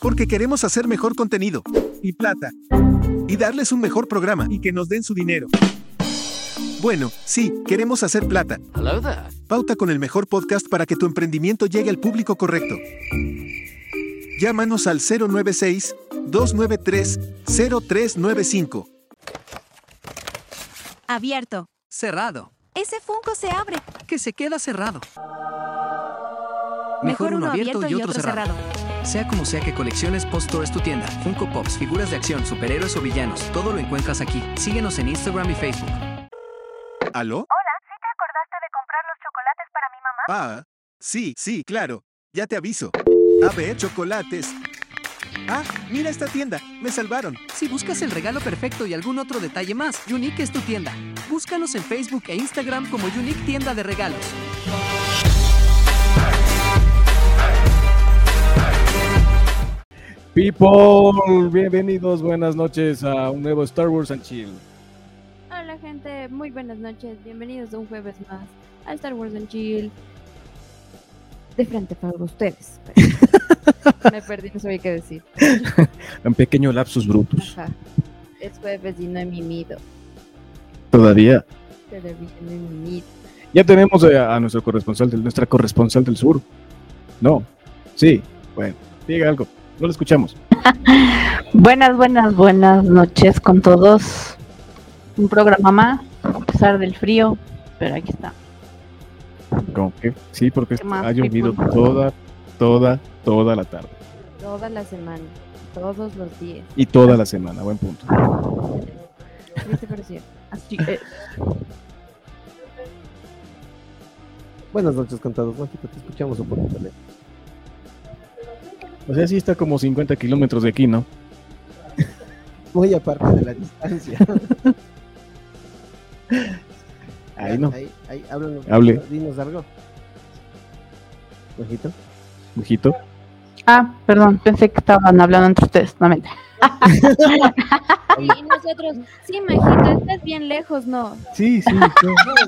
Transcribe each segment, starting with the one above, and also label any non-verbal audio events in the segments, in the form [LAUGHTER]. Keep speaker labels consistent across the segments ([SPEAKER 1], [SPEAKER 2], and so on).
[SPEAKER 1] Porque queremos hacer mejor contenido. Y plata. Y darles un mejor programa. Y que nos den su dinero. Bueno, sí, queremos hacer plata.
[SPEAKER 2] Hello there.
[SPEAKER 1] Pauta con el mejor podcast para que tu emprendimiento llegue al público correcto. Llámanos al 096-293-0395.
[SPEAKER 3] Abierto.
[SPEAKER 4] Cerrado.
[SPEAKER 3] Ese Funko se abre.
[SPEAKER 4] Que se queda cerrado.
[SPEAKER 3] Mejor uno abierto y otro cerrado.
[SPEAKER 4] Sea como sea que colecciones Poststore es tu tienda. Funko Pops, figuras de acción, superhéroes o villanos. Todo lo encuentras aquí. Síguenos en Instagram y Facebook.
[SPEAKER 1] ¿Aló?
[SPEAKER 5] Hola, ¿sí te acordaste de comprar los chocolates para mi mamá?
[SPEAKER 1] Ah, sí, sí, claro. Ya te aviso. A ver, chocolates. Ah, mira esta tienda. Me salvaron.
[SPEAKER 4] Si buscas el regalo perfecto y algún otro detalle más, Unique es tu tienda. Búscanos en Facebook e Instagram como Unique Tienda de Regalos.
[SPEAKER 6] People, bienvenidos, buenas noches a un nuevo Star Wars and Chill.
[SPEAKER 7] Hola gente, muy buenas noches, bienvenidos un jueves más al Star Wars and Chill. De frente para ustedes.
[SPEAKER 8] [LAUGHS]
[SPEAKER 7] Me perdí, no sabía qué decir.
[SPEAKER 6] Un pequeño lapsus brutus.
[SPEAKER 7] Ajá. Es jueves y no he mimido.
[SPEAKER 6] Todavía.
[SPEAKER 7] Televisión no he mimido.
[SPEAKER 6] Ya tenemos eh, a, nuestro corresponsal, del, nuestra corresponsal del sur. No. Sí. Bueno, diga algo. No lo escuchamos.
[SPEAKER 8] Buenas, buenas, buenas noches con todos. Un programa más, a pesar del frío, pero aquí está.
[SPEAKER 6] Como que sí, porque
[SPEAKER 8] ¿Qué más,
[SPEAKER 6] ha llovido
[SPEAKER 8] people?
[SPEAKER 6] toda, toda, toda la tarde.
[SPEAKER 7] Toda la semana, todos los días.
[SPEAKER 6] Y toda la semana, buen punto.
[SPEAKER 7] Triste pero cierto.
[SPEAKER 8] Así es.
[SPEAKER 9] Buenas noches con todos, Majito, te escuchamos un poquito lejos.
[SPEAKER 6] O sea, sí está como 50 kilómetros de aquí, ¿no?
[SPEAKER 9] Muy aparte de la distancia.
[SPEAKER 6] [LAUGHS] Ahí no.
[SPEAKER 9] Ahí, ahí, háblanos.
[SPEAKER 6] Hable.
[SPEAKER 9] Dinos algo. Majito.
[SPEAKER 6] Ojito.
[SPEAKER 8] Ah, perdón, pensé que estaban hablando entre ustedes, no mentira.
[SPEAKER 7] Y nosotros, sí, majito, estás bien lejos, ¿no.
[SPEAKER 6] Sí,
[SPEAKER 9] [LAUGHS]
[SPEAKER 6] sí.
[SPEAKER 9] Vamos,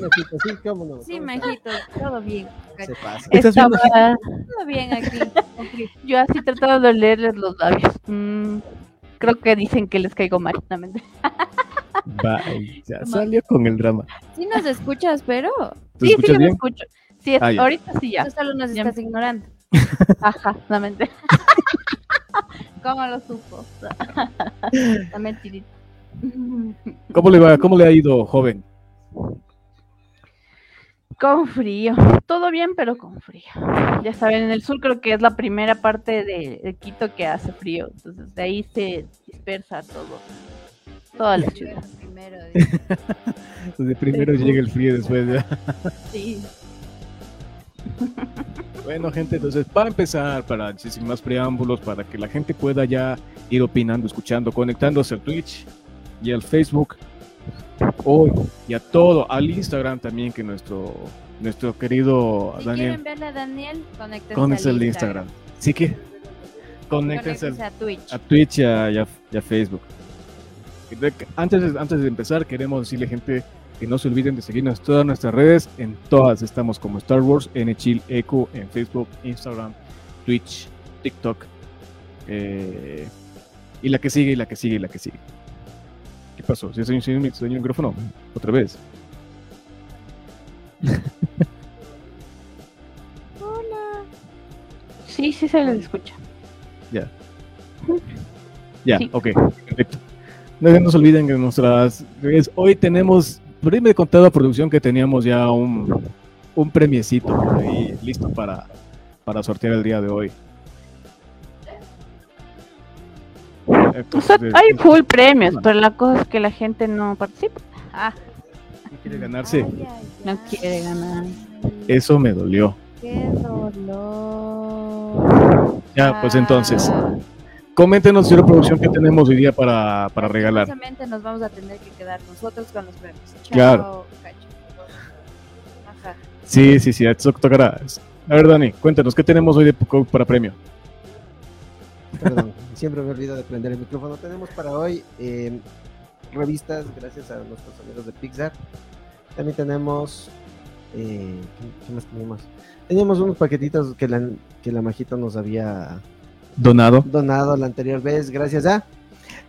[SPEAKER 9] Majito, sí, cómo no.
[SPEAKER 7] Sí,
[SPEAKER 9] ¿Cómo está?
[SPEAKER 7] majito, todo bien.
[SPEAKER 9] Se pasa.
[SPEAKER 6] ¿Estás bien,
[SPEAKER 8] Estaba-
[SPEAKER 7] Todo bien aquí.
[SPEAKER 8] yo así trataba de leerles los labios. Mm, creo que dicen que les caigo mal, no mentira. [LAUGHS]
[SPEAKER 6] Vaya, salió con el drama.
[SPEAKER 7] Sí nos escuchas, pero
[SPEAKER 6] ¿Te
[SPEAKER 8] Sí, sí,
[SPEAKER 6] escuchas
[SPEAKER 8] yo me
[SPEAKER 6] bien?
[SPEAKER 8] escucho. Sí, es-
[SPEAKER 6] Ah, ya.
[SPEAKER 8] ahorita sí ya.
[SPEAKER 7] tú solo nos
[SPEAKER 8] Ya.
[SPEAKER 7] estás ignorando.
[SPEAKER 8] Ajá,
[SPEAKER 6] [LAUGHS]
[SPEAKER 8] no mentira. ¿Cómo lo supo? [LAUGHS]
[SPEAKER 6] [LAUGHS]
[SPEAKER 8] No mentirita.
[SPEAKER 6] ¿Cómo le va? ¿Cómo le ha ido, joven?
[SPEAKER 8] Con frío, todo bien, pero con frío. Ya saben, en el sur creo que es la primera parte de, de Quito que hace frío, entonces de ahí se dispersa todo, toda la ciudad.
[SPEAKER 7] Primero,
[SPEAKER 6] Entonces, primero
[SPEAKER 8] Este,
[SPEAKER 6] llega el frío y después ya.
[SPEAKER 8] Sí,
[SPEAKER 6] Bueno, gente, entonces para empezar, para sin más preámbulos, para que la gente pueda ya ir opinando, escuchando, conectándose al Twitch y al Facebook, hoy y a todo, al Instagram también, que nuestro nuestro querido
[SPEAKER 7] Si quieren
[SPEAKER 6] Daniel
[SPEAKER 7] verle a Daniel, conéctense
[SPEAKER 6] conéctense
[SPEAKER 7] al
[SPEAKER 6] al Instagram. Así que conéctense al-
[SPEAKER 7] Conéctense a Twitch.
[SPEAKER 6] a Twitch y a, y a- y a Facebook. De- Antes de, antes de empezar, queremos decirle, gente, que no se olviden de seguirnos en todas nuestras redes. En todas estamos como Star Wars, en Chill Echo, en Facebook, Instagram, Twitch, TikTok. eh, y la que sigue, y la que sigue, y la que sigue. ¿Qué pasó? ¿Se soy, soy, soy el micrófono? ¿Otra vez?
[SPEAKER 8] sí, sí se les escucha.
[SPEAKER 6] Ya,
[SPEAKER 8] Sí.
[SPEAKER 6] ok, perfecto. No se nos olviden que nuestras redes. Hoy tenemos, por ahí me contaba producción que teníamos ya un, un premiecito por ahí listo para, para sortear el día de hoy.
[SPEAKER 8] O sea, hay full premios, pero la cosa es que la gente no participa. Ah,
[SPEAKER 6] ¿No quiere ganarse?
[SPEAKER 7] Ay, ay,
[SPEAKER 8] no
[SPEAKER 7] ay.
[SPEAKER 8] quiere ganar.
[SPEAKER 6] Eso me dolió.
[SPEAKER 7] Qué dolor.
[SPEAKER 6] Ya, pues entonces,
[SPEAKER 7] Ah,
[SPEAKER 6] coméntenos, señor producción, qué tenemos hoy día para, para regalar.
[SPEAKER 7] precisamente nos vamos a tener que quedar nosotros con los premios. Chao,
[SPEAKER 6] Claro.
[SPEAKER 7] Cacho. Ajá.
[SPEAKER 6] Sí, sí, sí, eso tocará. A ver, Dani, cuéntanos, ¿qué tenemos hoy de, para premio?
[SPEAKER 9] Perdón, siempre me olvido de prender el micrófono. Tenemos para hoy eh, revistas, gracias a nuestros amigos de Pixar. También tenemos. eh, ¿qué, qué más tenemos? Teníamos unos paquetitos que la, que la Majito nos había
[SPEAKER 6] donado.
[SPEAKER 9] donado la anterior vez, gracias a.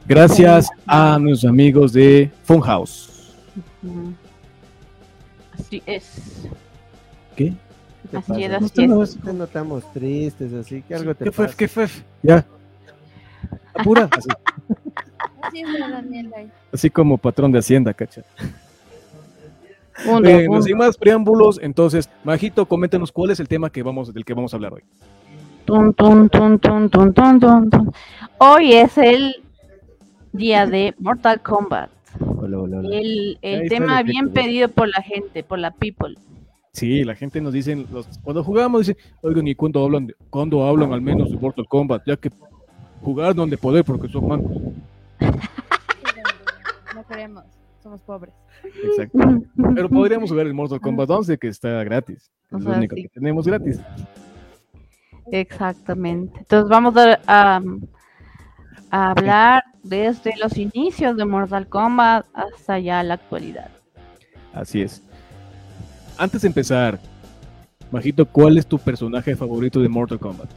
[SPEAKER 6] Gracias a nuestros amigos de Funhouse.
[SPEAKER 8] Ujú. Mm. Así es.
[SPEAKER 6] ¿Qué?
[SPEAKER 9] ¿Qué te
[SPEAKER 8] Así
[SPEAKER 9] pasa?
[SPEAKER 8] es,
[SPEAKER 9] Nosotros
[SPEAKER 8] así es.
[SPEAKER 9] no te notamos tristes, así que algo te pasa.
[SPEAKER 6] fue? Ya. Apura. [LAUGHS] Así,
[SPEAKER 7] Así es, Daniela.
[SPEAKER 6] así como patrón de Hacienda, cacha.
[SPEAKER 8] Uno,
[SPEAKER 6] Bueno,
[SPEAKER 8] uno.
[SPEAKER 6] sin más preámbulos, entonces, Majito, coméntanos cuál es el tema que vamos, del que vamos a hablar hoy.
[SPEAKER 8] Tun, tun, tun, tun, tun, tun, tun, tun. Hoy es el día de Mortal Kombat.
[SPEAKER 6] Hola, hola,
[SPEAKER 8] El, el
[SPEAKER 6] Ahí está
[SPEAKER 8] tema
[SPEAKER 6] el
[SPEAKER 8] bien
[SPEAKER 6] efecto, ¿no?
[SPEAKER 8] pedido por la gente, por la people.
[SPEAKER 6] Sí, la gente nos dice, los- cuando jugamos, dice, oigan, ¿y cuándo hablan, de- cuándo hablan al menos de Mortal Kombat? Ya que jugar donde poder, porque son mancos.
[SPEAKER 7] No queremos, somos pobres.
[SPEAKER 6] Exacto. Pero podríamos jugar el Mortal Kombat 11, que está gratis.
[SPEAKER 8] O
[SPEAKER 6] Es lo
[SPEAKER 8] sea,
[SPEAKER 6] único
[SPEAKER 8] sí.
[SPEAKER 6] que tenemos gratis.
[SPEAKER 8] [LAUGHS] Exactamente. Entonces vamos a, a- a hablar desde los inicios de Mortal Kombat hasta ya la actualidad.
[SPEAKER 6] Así es. Antes de empezar, Majito, ¿cuál es tu personaje favorito de Mortal Kombat?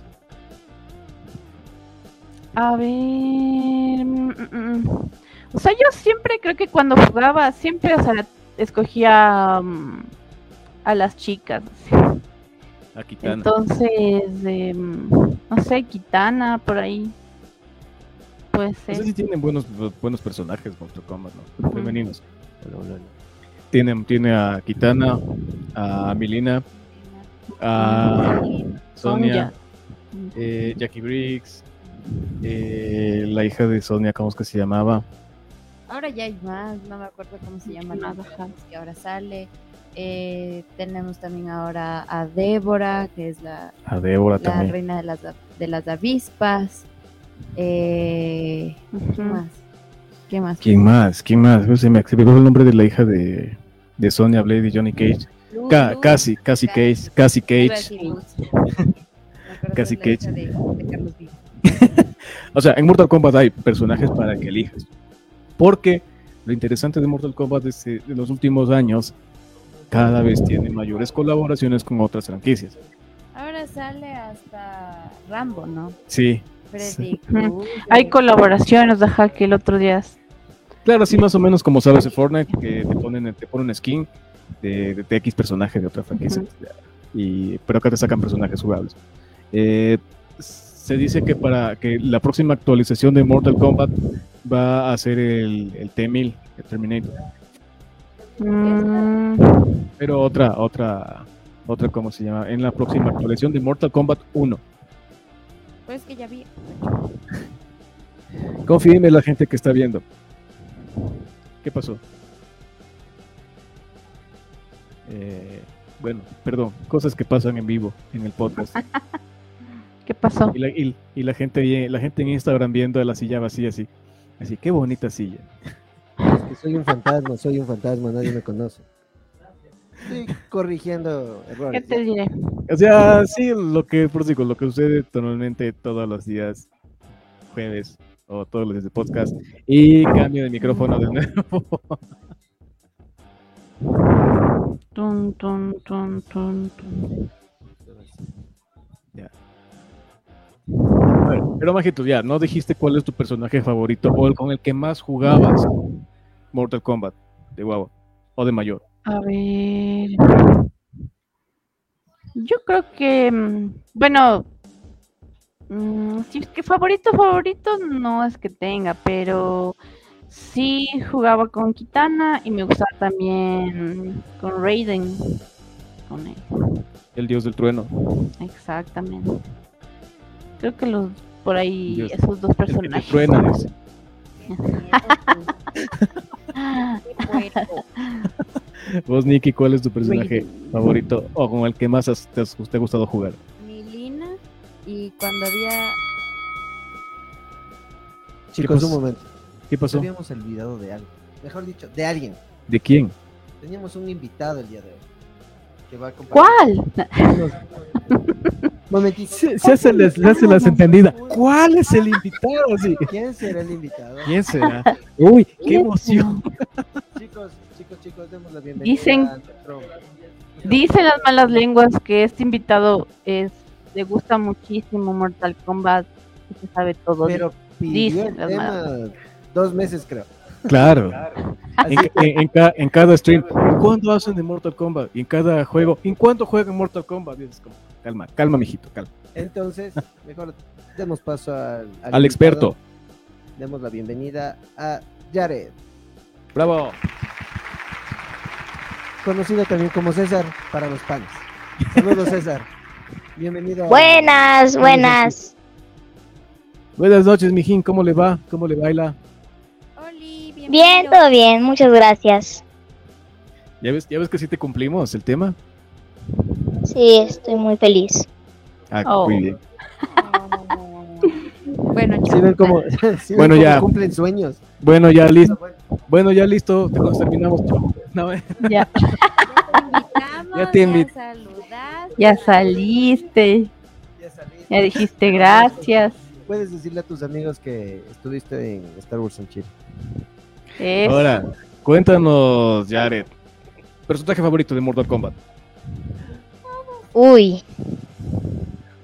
[SPEAKER 8] A ver. mm, mm, mm. O sea, yo siempre creo que cuando jugaba, siempre o sea, escogía mm, a las chicas. así.
[SPEAKER 6] A Kitana.
[SPEAKER 8] Entonces, em, no sé, Kitana por ahí. Puede
[SPEAKER 6] No sé
[SPEAKER 8] ser.
[SPEAKER 6] si tienen buenos, buenos personajes Mortal Kombat, ¿no?
[SPEAKER 8] Ujú.
[SPEAKER 6] Femeninos. Tiene, tiene a Kitana, a Milina, a Ah, Sonia,
[SPEAKER 8] Sonya.
[SPEAKER 6] eh, Jackie Briggs, eh, la hija de Sonia, ¿cómo es que se llamaba?
[SPEAKER 7] Ahora ya hay más, no me acuerdo cómo se llama la
[SPEAKER 8] Más,
[SPEAKER 7] otra
[SPEAKER 8] ajá.
[SPEAKER 7] actriz que ahora sale. Eh, tenemos también ahora a Débora, que es la,
[SPEAKER 6] A Débora
[SPEAKER 7] la
[SPEAKER 6] Ah, también.
[SPEAKER 7] reina de las, de las avispas. Eh, ¿Qué
[SPEAKER 6] Ah,
[SPEAKER 8] Ujú.
[SPEAKER 7] más? ¿Qué más?
[SPEAKER 6] ¿Quién más? ¿Quién más? Pues se me se me olvidó el nombre de la hija de, de Sonia Blade y Johnny Cage.
[SPEAKER 7] Lu-
[SPEAKER 6] Ca-
[SPEAKER 7] Lu-
[SPEAKER 6] casi, casi
[SPEAKER 7] Ca-
[SPEAKER 6] Cage, casi
[SPEAKER 7] iba a
[SPEAKER 6] Cage.
[SPEAKER 7] decir Luz.
[SPEAKER 6] [LAUGHS]
[SPEAKER 7] Me acuerdo
[SPEAKER 6] Casi
[SPEAKER 7] de la hija
[SPEAKER 6] Cage.
[SPEAKER 7] De, de Carlos Vives.
[SPEAKER 6] O sea, en Mortal Kombat hay personajes para que elijas. Porque lo interesante de Mortal Kombat es que en los últimos años cada vez tiene mayores colaboraciones con otras franquicias.
[SPEAKER 7] Ahora sale hasta Rambo, ¿no?
[SPEAKER 6] Sí,
[SPEAKER 7] Freddy
[SPEAKER 8] Ujú.
[SPEAKER 7] Krueger.
[SPEAKER 8] Hay colaboraciones, ajá, que el otro día. es-
[SPEAKER 6] claro, así más o menos como sabes en Fortnite, que te ponen, te ponen skin de, de, de X personaje de otra franquicia. y, pero acá te sacan personajes jugables. Eh, se dice que para que la próxima actualización de Mortal Kombat va a ser el, el T-1000, el Terminator.
[SPEAKER 8] Mm,
[SPEAKER 6] Pero otra, otra, otra, ¿cómo se llama? En la próxima actualización de Mortal Kombat 1.
[SPEAKER 7] Pues que ya vi.
[SPEAKER 6] Confíenme la gente que está viendo. ¿Qué pasó? Eh, bueno, perdón, cosas que pasan en vivo en el podcast.
[SPEAKER 8] ¿Qué pasó?
[SPEAKER 6] Y la, y- y la gente vi- la gente en Instagram viendo la silla vacía así. Así, qué bonita silla.
[SPEAKER 9] Es que soy un fantasma, soy un fantasma, nadie me conoce. Estoy corrigiendo
[SPEAKER 8] ¿Qué
[SPEAKER 9] errores.
[SPEAKER 8] te diré?
[SPEAKER 6] O sea, sí, lo que, por digo, lo que sucede normalmente todos los días jueves o todos los días de podcast. Y cambio de micrófono de nuevo.
[SPEAKER 8] Tun, tun, tun, tun, tun.
[SPEAKER 6] Bueno, pero Majito, ya, ¿no dijiste cuál es tu personaje favorito o el con el que más jugabas Mortal Kombat de guagua o de mayor?
[SPEAKER 8] A ver. Yo creo que. mm, Bueno. mm, sí, es que favorito, favorito no es que tenga, pero sí jugaba con Kitana y me gustaba también con Raiden. Con él.
[SPEAKER 6] El dios del trueno.
[SPEAKER 8] Exactamente. Creo que los por ahí
[SPEAKER 6] Dios.
[SPEAKER 8] esos dos
[SPEAKER 6] El que te
[SPEAKER 8] personajes.
[SPEAKER 6] truena, dice.
[SPEAKER 8] Ah,
[SPEAKER 6] Vos, Nicky, ¿cuál es tu personaje favorito o con el que más has- te, has- te ha gustado jugar?
[SPEAKER 7] [LAUGHS] Milina y cuando había
[SPEAKER 9] Chicos,
[SPEAKER 6] ¿Qué
[SPEAKER 9] un
[SPEAKER 6] pasó?
[SPEAKER 9] momento.
[SPEAKER 6] ¿Qué
[SPEAKER 9] Nos
[SPEAKER 6] pasó?
[SPEAKER 9] habíamos olvidado de algo. Mejor dicho, de alguien.
[SPEAKER 6] ¿De quién?
[SPEAKER 9] Teníamos un invitado el día de hoy. Que va a compartir
[SPEAKER 8] ¿Cuál?
[SPEAKER 9] unos-
[SPEAKER 8] [LAUGHS]
[SPEAKER 9] Momentito.
[SPEAKER 6] Se, hace, la, entendida. ¿Cuál es el invitado?
[SPEAKER 9] ¿Quién será el invitado?
[SPEAKER 6] ¿Quién será? [LAUGHS] Uy, qué emoción.
[SPEAKER 9] Chicos, chicos, chicos, demos la bienvenida.
[SPEAKER 8] Dicen-
[SPEAKER 9] a nuestro-
[SPEAKER 8] Dicen las malas lenguas que este invitado es le gusta muchísimo Mortal Kombat se sabe todo.
[SPEAKER 9] Pero pidió
[SPEAKER 8] Dicen
[SPEAKER 9] el
[SPEAKER 8] las
[SPEAKER 9] tema dos meses, creo.
[SPEAKER 6] Claro.
[SPEAKER 8] Ah,
[SPEAKER 9] Así
[SPEAKER 6] En, en- en ca- en cada stream, ¿en cuándo hacen de Mortal Kombat? Y en cada juego, ¿en cuánto juegan Mortal Kombat? Y es como, calma, calma, mijito, calma.
[SPEAKER 9] Entonces, mejor demos paso al, al
[SPEAKER 6] Al experto.
[SPEAKER 9] invitado. Demos la bienvenida a Jared,
[SPEAKER 6] Bravo.
[SPEAKER 9] conocido también como César para los panes.
[SPEAKER 8] [LAUGHS]
[SPEAKER 9] Saludos, César. Bienvenido. a-
[SPEAKER 2] Buenas, buenas.
[SPEAKER 6] Buenas noches, mijín. ¿Cómo le va? ¿Cómo le baila?
[SPEAKER 7] Oli, bienvenido.
[SPEAKER 2] Bien, todo bien, muchas gracias.
[SPEAKER 6] ¿Ya ves, ya ves que sí te cumplimos el tema?
[SPEAKER 2] Sí, estoy muy feliz.
[SPEAKER 6] Ah,
[SPEAKER 8] Oh.
[SPEAKER 6] muy bien.
[SPEAKER 7] eh, Bueno,
[SPEAKER 9] Sí,
[SPEAKER 7] chao.
[SPEAKER 9] ven cómo, [LAUGHS] sí ven
[SPEAKER 6] Bueno,
[SPEAKER 9] cómo
[SPEAKER 6] ya.
[SPEAKER 9] cumplen sueños.
[SPEAKER 6] Bueno, ya listo.
[SPEAKER 9] Bueno,
[SPEAKER 6] Bueno, ya listo. Te- Terminamos todo. No, eh.
[SPEAKER 8] Ya,
[SPEAKER 7] invitamos,
[SPEAKER 6] Ya te invit-
[SPEAKER 7] saludaste.
[SPEAKER 8] ya saliste,
[SPEAKER 9] ya saliste.
[SPEAKER 8] ya dijiste gracias.
[SPEAKER 9] Puedes decirle a tus amigos que estuviste en Star Wars en Chile.
[SPEAKER 8] Eso.
[SPEAKER 6] Ahora, cuéntanos, Jared. Personaje favorito de Mortal Kombat.
[SPEAKER 2] Uy.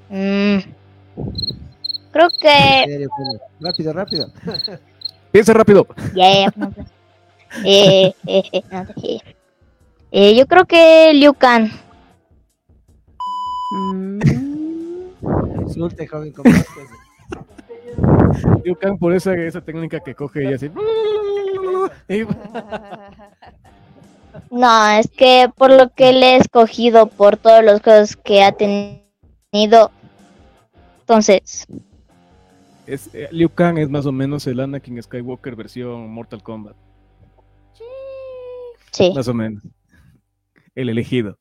[SPEAKER 2] Mm. Creo [LAUGHS]
[SPEAKER 8] Eh.
[SPEAKER 9] En
[SPEAKER 2] que.
[SPEAKER 9] serio, Julio. Rápido, rápido.
[SPEAKER 6] Piensa rápido.
[SPEAKER 2] Ya, ya, no sé. Eh, eh, eh, no sé. Eh, yo creo que Liu Kang.
[SPEAKER 8] [LAUGHS] Mm.
[SPEAKER 9] Insulte, joven, como [LAUGHS] antes.
[SPEAKER 6] Liu Kang por esa, esa técnica que coge y hace. [LAUGHS] Y-
[SPEAKER 2] No, es que por lo que le he escogido, por todos los cosas que ha tenido. Entonces,
[SPEAKER 6] Es, eh, Liu Kang es más o menos el Anakin Skywalker versión Mortal Kombat.
[SPEAKER 2] sí.
[SPEAKER 9] ¿Eh?
[SPEAKER 6] Más o menos. El elegido.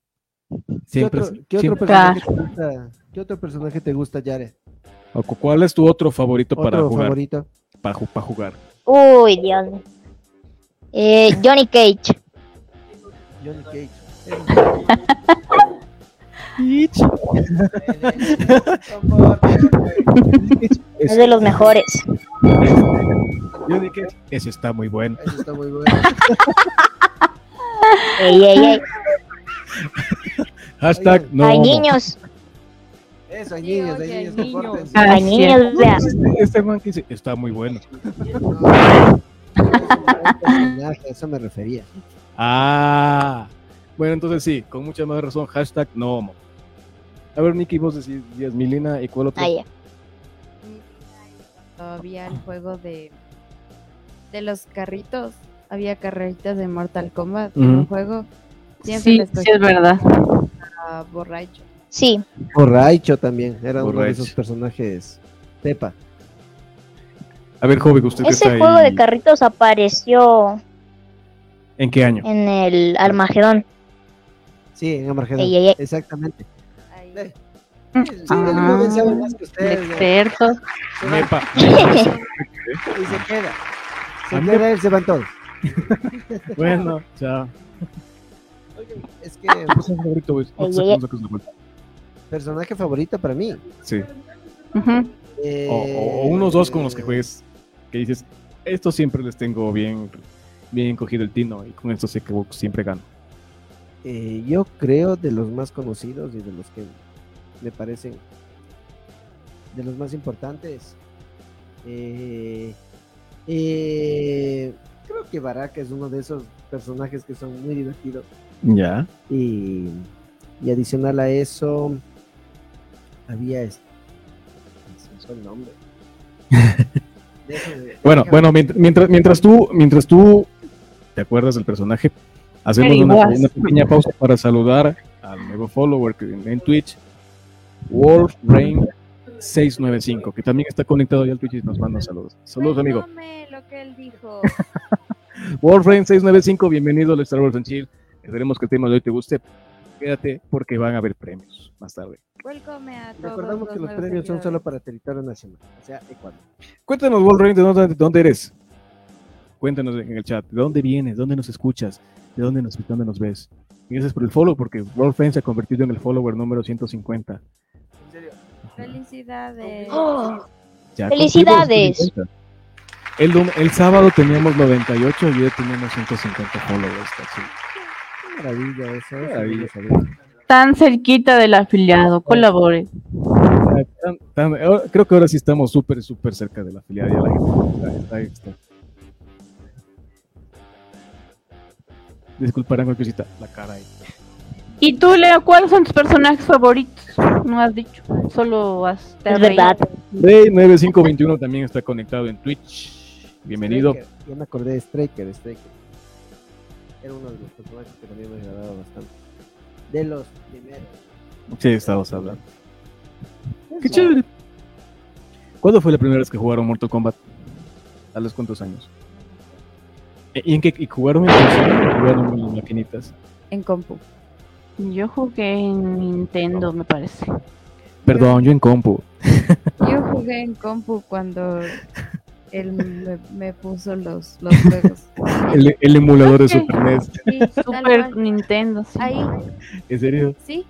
[SPEAKER 9] ¿Qué
[SPEAKER 6] Siempre.
[SPEAKER 9] otro, qué otro
[SPEAKER 6] siempre-
[SPEAKER 9] personaje te gusta, ¿Qué otro personaje te gusta, Jared?
[SPEAKER 6] O cu- ¿Cuál es tu otro favorito para
[SPEAKER 9] ¿Otro
[SPEAKER 6] jugar?
[SPEAKER 9] favorito?
[SPEAKER 6] Para, ju- para jugar.
[SPEAKER 2] Uy, Dios. mío. Eh, Johnny Cage.
[SPEAKER 9] Johnny Cage. Cage.
[SPEAKER 2] Es de los mejores.
[SPEAKER 6] Yo dije, ese está muy bueno.
[SPEAKER 9] Eso está muy bueno.
[SPEAKER 2] Ey, ey, ey.
[SPEAKER 6] Hashtag no.
[SPEAKER 2] Hay
[SPEAKER 6] homo.
[SPEAKER 2] niños.
[SPEAKER 9] Eso, hay
[SPEAKER 7] Sí,
[SPEAKER 9] niños, hay
[SPEAKER 7] oye, hay
[SPEAKER 9] niños,
[SPEAKER 7] niños.
[SPEAKER 9] compórtense.
[SPEAKER 8] Ah,
[SPEAKER 2] Hay
[SPEAKER 8] sí.
[SPEAKER 2] niños, vea.
[SPEAKER 6] Este man que dice, está muy bueno.
[SPEAKER 9] Personaje, a Eso me refería.
[SPEAKER 6] Ah. Bueno, entonces sí, con mucha más razón. Hashtag no. homo. A ver, Nicky, vos decís Yasmilina y cuál otro.
[SPEAKER 2] Ahí.
[SPEAKER 7] Había el juego de, de los carritos. Había carreritas de Mortal Kombat. en
[SPEAKER 6] Ujú.
[SPEAKER 7] Un juego. Siempre
[SPEAKER 8] Sí,
[SPEAKER 7] les
[SPEAKER 8] sí es verdad.
[SPEAKER 7] tocaba borracho.
[SPEAKER 2] Sí,
[SPEAKER 9] Borracho también, era uno de
[SPEAKER 6] Borracho.
[SPEAKER 9] esos personajes. Pepa.
[SPEAKER 6] A ver, Jovic, usted que
[SPEAKER 2] ese
[SPEAKER 6] está
[SPEAKER 2] juego
[SPEAKER 6] ahí.
[SPEAKER 2] de carritos apareció
[SPEAKER 6] ¿En qué año?
[SPEAKER 2] en el
[SPEAKER 9] [GASPS]
[SPEAKER 2] Armagedón.
[SPEAKER 9] Sí, en Amargedón.
[SPEAKER 2] Ey, ey, ey.
[SPEAKER 9] Exactamente.
[SPEAKER 7] Ahí.
[SPEAKER 9] Eh, Sí, el
[SPEAKER 8] Ah,
[SPEAKER 9] joven sabe más que
[SPEAKER 8] el
[SPEAKER 9] ustedes. ¿no?
[SPEAKER 8] experto.
[SPEAKER 9] Se
[SPEAKER 2] [LAUGHS]
[SPEAKER 9] va
[SPEAKER 6] Nepa.
[SPEAKER 9] y se queda.
[SPEAKER 6] A
[SPEAKER 9] Se
[SPEAKER 6] mí-
[SPEAKER 9] queda él, se van todos.
[SPEAKER 6] Bueno, chao.
[SPEAKER 9] Es que pues,
[SPEAKER 6] Personaje favorito, güey. No te saques- no saques la vuelta.
[SPEAKER 9] personaje favorito para mí.
[SPEAKER 6] Sí.
[SPEAKER 8] Ujú.
[SPEAKER 9] Eh,
[SPEAKER 6] O, o- o unos dos con los que juegues. Que dices, estos siempre les tengo bien, bien cogido el tino. Y con esto sé que siempre gano.
[SPEAKER 9] eh, yo creo de los más conocidos y de los que me parecen de los más importantes. Eh, eh, creo que Baraka es uno de esos personajes que son muy divertidos.
[SPEAKER 6] Ya.
[SPEAKER 9] Y, y adicional a eso, había este. se me fue el
[SPEAKER 6] [LAUGHS]
[SPEAKER 9] nombre. Déjame-
[SPEAKER 6] Bueno,
[SPEAKER 9] déjame-
[SPEAKER 6] bueno, mient- mientras, mientras tú, mientras tú te acuerdas del personaje, hacemos
[SPEAKER 8] Pero
[SPEAKER 6] una,
[SPEAKER 8] igual.
[SPEAKER 6] una pequeña pausa para saludar al nuevo follower que- en, Twitch, Wolf Rain 695, que también está conectado ya al Twitch y nos manda saludos. Saludos, amigo.
[SPEAKER 7] Retome eh, lo que él dijo.
[SPEAKER 6] Warframe695, bienvenido al Star Wars and Chill. Esperemos que el tema de hoy te guste. Quédate porque van a haber premios más tarde.
[SPEAKER 7] Welcome a todos.
[SPEAKER 9] Recordamos que los
[SPEAKER 7] nuevos
[SPEAKER 9] premios son solo
[SPEAKER 7] seguidores.
[SPEAKER 9] para territorio nacional, o sea, Ecuador.
[SPEAKER 6] Cuéntanos, Wolverine, ¿de dónde, de dónde eres? Cuéntanos en el chat, ¿de dónde vienes? ¿Dónde nos escuchas? ¿De dónde nos, dónde nos ves? Y gracias por el follow, porque Wolverine se ha convertido en el follower número 150.
[SPEAKER 7] Felicidades.
[SPEAKER 2] Oh,
[SPEAKER 6] Ya
[SPEAKER 2] ¡Felicidades!
[SPEAKER 6] cumplimos 150. El, dom- el sábado teníamos 98 y hoy tenemos 150 followers. así.
[SPEAKER 9] Qué maravilla eso, eso no
[SPEAKER 6] Maravilla.
[SPEAKER 9] lo sabía. Pues.
[SPEAKER 8] Tan cerquita del afiliado, colabore.
[SPEAKER 6] tan- tan- ahora- creo que ahora sí estamos súper, súper cerca de la filial. Ya la gente está- está- está. Disculparán cualquier cosita, la cara ahí.
[SPEAKER 8] ¿Y tú, Leo, cuáles son tus personajes favoritos? No has dicho, solo has... te has
[SPEAKER 2] Es verdad.
[SPEAKER 8] reído.
[SPEAKER 6] Rey9521 también está conectado en Twitch. Bienvenido.
[SPEAKER 9] Straker, Ya me acordé de Straker, Straker. Era uno de los personajes que también me agradaba bastante. De los primeros.
[SPEAKER 6] Sí, estamos hablando. ¡Qué
[SPEAKER 9] Es la-
[SPEAKER 6] chévere! ¿Cuándo fue la primera vez que jugaron Mortal Kombat? ¿A los cuántos años? ¿E- ¿Y en qué y jugaron en consola o jugaron en las maquinitas?
[SPEAKER 7] en compu.
[SPEAKER 8] Yo jugué en Nintendo, me parece.
[SPEAKER 6] Perdón, yo en compu.
[SPEAKER 7] Yo jugué en compu cuando él me, me puso los, los juegos.
[SPEAKER 6] El, el emulador de
[SPEAKER 8] Ok.
[SPEAKER 6] Super E NES.
[SPEAKER 7] Sí, tal
[SPEAKER 8] Super
[SPEAKER 7] cual.
[SPEAKER 8] Nintendo, sí.
[SPEAKER 7] Ahí,
[SPEAKER 6] ¿En serio?
[SPEAKER 7] sí,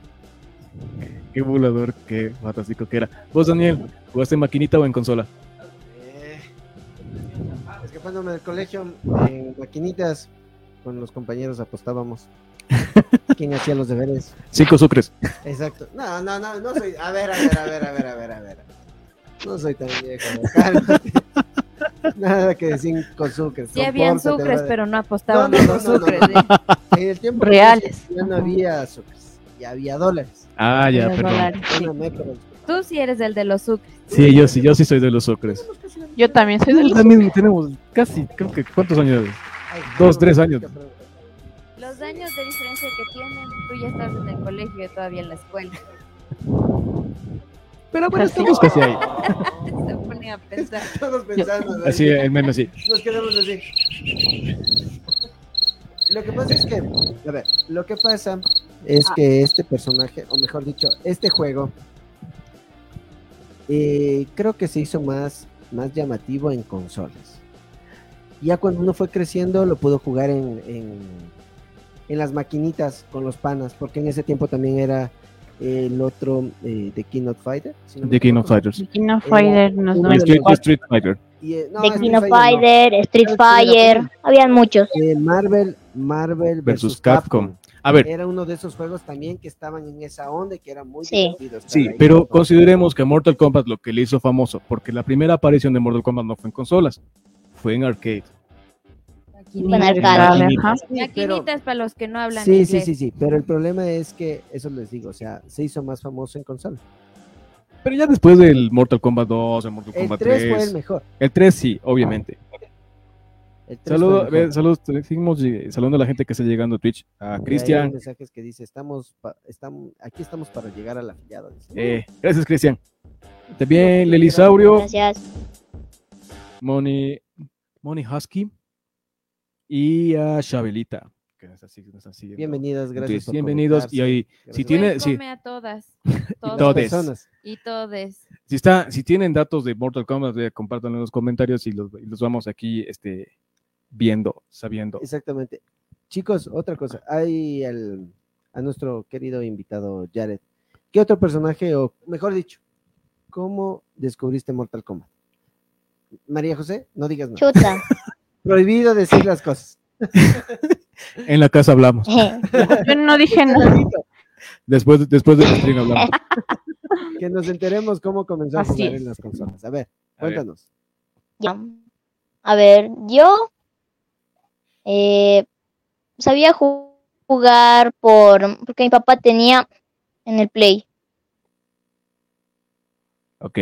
[SPEAKER 6] Qué emulador, qué fantástico que era. ¿Vos, Daniel, jugaste en maquinita o en consola?
[SPEAKER 9] Eh, es que cuando me del colegio, en maquinitas, con los compañeros [LAUGHS] apostábamos. ¿Quién hacía los deberes?
[SPEAKER 6] Cinco sucres.
[SPEAKER 9] Exacto. No, no, no, no soy. A ver, a ver, a ver, a ver, a ver, a ver. No soy tan viejo. cálmate. Nada que decir con sucres.
[SPEAKER 7] sí habían
[SPEAKER 9] compórtate,
[SPEAKER 7] sucres,
[SPEAKER 9] brother.
[SPEAKER 7] pero no apostaban
[SPEAKER 9] No, no,
[SPEAKER 7] a
[SPEAKER 9] no,
[SPEAKER 7] los
[SPEAKER 9] no, no,
[SPEAKER 7] sucres.
[SPEAKER 9] no.
[SPEAKER 7] ¿eh?
[SPEAKER 9] En el tiempo
[SPEAKER 8] Reales.
[SPEAKER 9] ya no había sucres, ya había dólares.
[SPEAKER 6] Ah, ya,
[SPEAKER 8] Los
[SPEAKER 6] perdón.
[SPEAKER 8] dólares, sí.
[SPEAKER 9] Una meca de los-
[SPEAKER 7] Tú sí eres el de los sucres.
[SPEAKER 6] Sí, yo sí, yo sí soy de los
[SPEAKER 9] [LAUGHS]
[SPEAKER 6] sucres.
[SPEAKER 8] Yo también soy de los...
[SPEAKER 6] También tenemos casi, creo que, ¿cuántos años?
[SPEAKER 9] Ay,
[SPEAKER 6] Dos,
[SPEAKER 9] no,
[SPEAKER 6] tres
[SPEAKER 9] no,
[SPEAKER 6] años.
[SPEAKER 9] no, no, no.
[SPEAKER 7] Los años de diferencia que tienen, tú ya estabas en el colegio y yo todavía en la escuela. [LAUGHS]
[SPEAKER 9] Pero bueno,
[SPEAKER 8] Pues sí.
[SPEAKER 9] estamos
[SPEAKER 6] Casi ahí.
[SPEAKER 7] Se ponen a pensar.
[SPEAKER 9] todos pensando. ¿no?
[SPEAKER 6] Así, el meme así.
[SPEAKER 9] Nos quedamos así. Lo que pasa es que, a ver, lo que pasa es
[SPEAKER 2] Ah.
[SPEAKER 9] que este personaje, o mejor dicho, este juego, eh, creo que se hizo más, más llamativo en consolas. Ya cuando uno fue creciendo, lo pudo jugar en, en, en las maquinitas con los panas, porque en ese tiempo también era el otro eh, de King of Fighter. si no me
[SPEAKER 6] The King of
[SPEAKER 9] equivoco.
[SPEAKER 6] Fighters.
[SPEAKER 8] Kino Fighter nos
[SPEAKER 9] Uno
[SPEAKER 6] Y
[SPEAKER 9] de
[SPEAKER 6] Street,
[SPEAKER 9] los-
[SPEAKER 6] Street Fighter.
[SPEAKER 9] Y, eh, no,
[SPEAKER 2] de
[SPEAKER 9] Street
[SPEAKER 2] King of
[SPEAKER 9] Fighter no.
[SPEAKER 2] Fighter, Street
[SPEAKER 9] Street
[SPEAKER 2] Fighter,
[SPEAKER 9] Fighter.
[SPEAKER 2] habían muchos.
[SPEAKER 9] Eh, Marvel, Marvel
[SPEAKER 6] Versus
[SPEAKER 9] versus
[SPEAKER 6] Capcom.
[SPEAKER 9] Capcom.
[SPEAKER 6] A ver,
[SPEAKER 9] Era uno de esos juegos también que estaban en esa onda y que eran muy
[SPEAKER 2] Sí.
[SPEAKER 9] divertidos.
[SPEAKER 6] sí, pero consideremos que Mortal Kombat lo que le hizo famoso, porque la primera aparición de Mortal Kombat no fue en consolas, fue en arcade.
[SPEAKER 2] Bueno, arcade.
[SPEAKER 8] Ajá.
[SPEAKER 7] Maquinitas para los que no hablan
[SPEAKER 9] Sí,
[SPEAKER 7] inglés.
[SPEAKER 9] sí, sí, sí, pero el problema es que, eso les digo, o sea, se hizo más famoso en consola.
[SPEAKER 6] Pero ya después del Mortal Kombat 2, el Mortal
[SPEAKER 9] El
[SPEAKER 6] Kombat
[SPEAKER 9] 3
[SPEAKER 6] 3,
[SPEAKER 9] fue el mejor.
[SPEAKER 6] el 3 sí, obviamente.
[SPEAKER 9] El 3
[SPEAKER 6] Saludos,
[SPEAKER 9] fue el mejor.
[SPEAKER 6] saludos, seguimos eh, saludando a la gente que está llegando a Twitch, a
[SPEAKER 9] Por ahí hay
[SPEAKER 6] Cristian.
[SPEAKER 9] mensajes que dice, estamos, pa- estamos, aquí estamos para llegar a la filiada. dice.
[SPEAKER 6] Eh, gracias, Cristian. También Lelisaurio,
[SPEAKER 2] Gracias.
[SPEAKER 6] Moni, Moni Husky y a Chabelita. Que nos así- nos están siguiendo.
[SPEAKER 9] Bienvenidas, gracias.
[SPEAKER 6] Entonces,
[SPEAKER 9] por
[SPEAKER 6] bienvenidos y
[SPEAKER 9] conectarse.
[SPEAKER 6] ahí
[SPEAKER 9] Gracias
[SPEAKER 6] si
[SPEAKER 9] por-
[SPEAKER 6] tiene- sí.
[SPEAKER 7] Welcome a
[SPEAKER 6] [LAUGHS]
[SPEAKER 7] todas.
[SPEAKER 9] las
[SPEAKER 6] todes.
[SPEAKER 7] Todos.
[SPEAKER 9] personas.
[SPEAKER 7] Y todes.
[SPEAKER 6] si está si tienen datos de Mortal Kombat eh, compártanlo en los comentarios y los, y los vamos aquí este viendo sabiendo
[SPEAKER 9] Exactamente. Chicos, otra cosa. Hay al- a nuestro querido invitado Jared. ¿Qué otro personaje, o mejor dicho, cómo descubriste Mortal Kombat? María José, no digas nada.
[SPEAKER 2] Chuta. [LAUGHS]
[SPEAKER 9] Prohibido decir las cosas.
[SPEAKER 6] en la casa hablamos
[SPEAKER 8] Pues Yo no
[SPEAKER 9] [LAUGHS]
[SPEAKER 8] dije nada.
[SPEAKER 6] después después del stream hablamos
[SPEAKER 9] Que nos enteremos cómo comenzó a
[SPEAKER 8] Así
[SPEAKER 9] jugar
[SPEAKER 8] es.
[SPEAKER 9] en las consolas. A ver, [LAUGHS]
[SPEAKER 6] A ver,
[SPEAKER 9] cuéntanos.
[SPEAKER 2] Ya. A ver, yo eh, sabía ju- jugar por porque mi papá tenía en el Play.
[SPEAKER 6] ok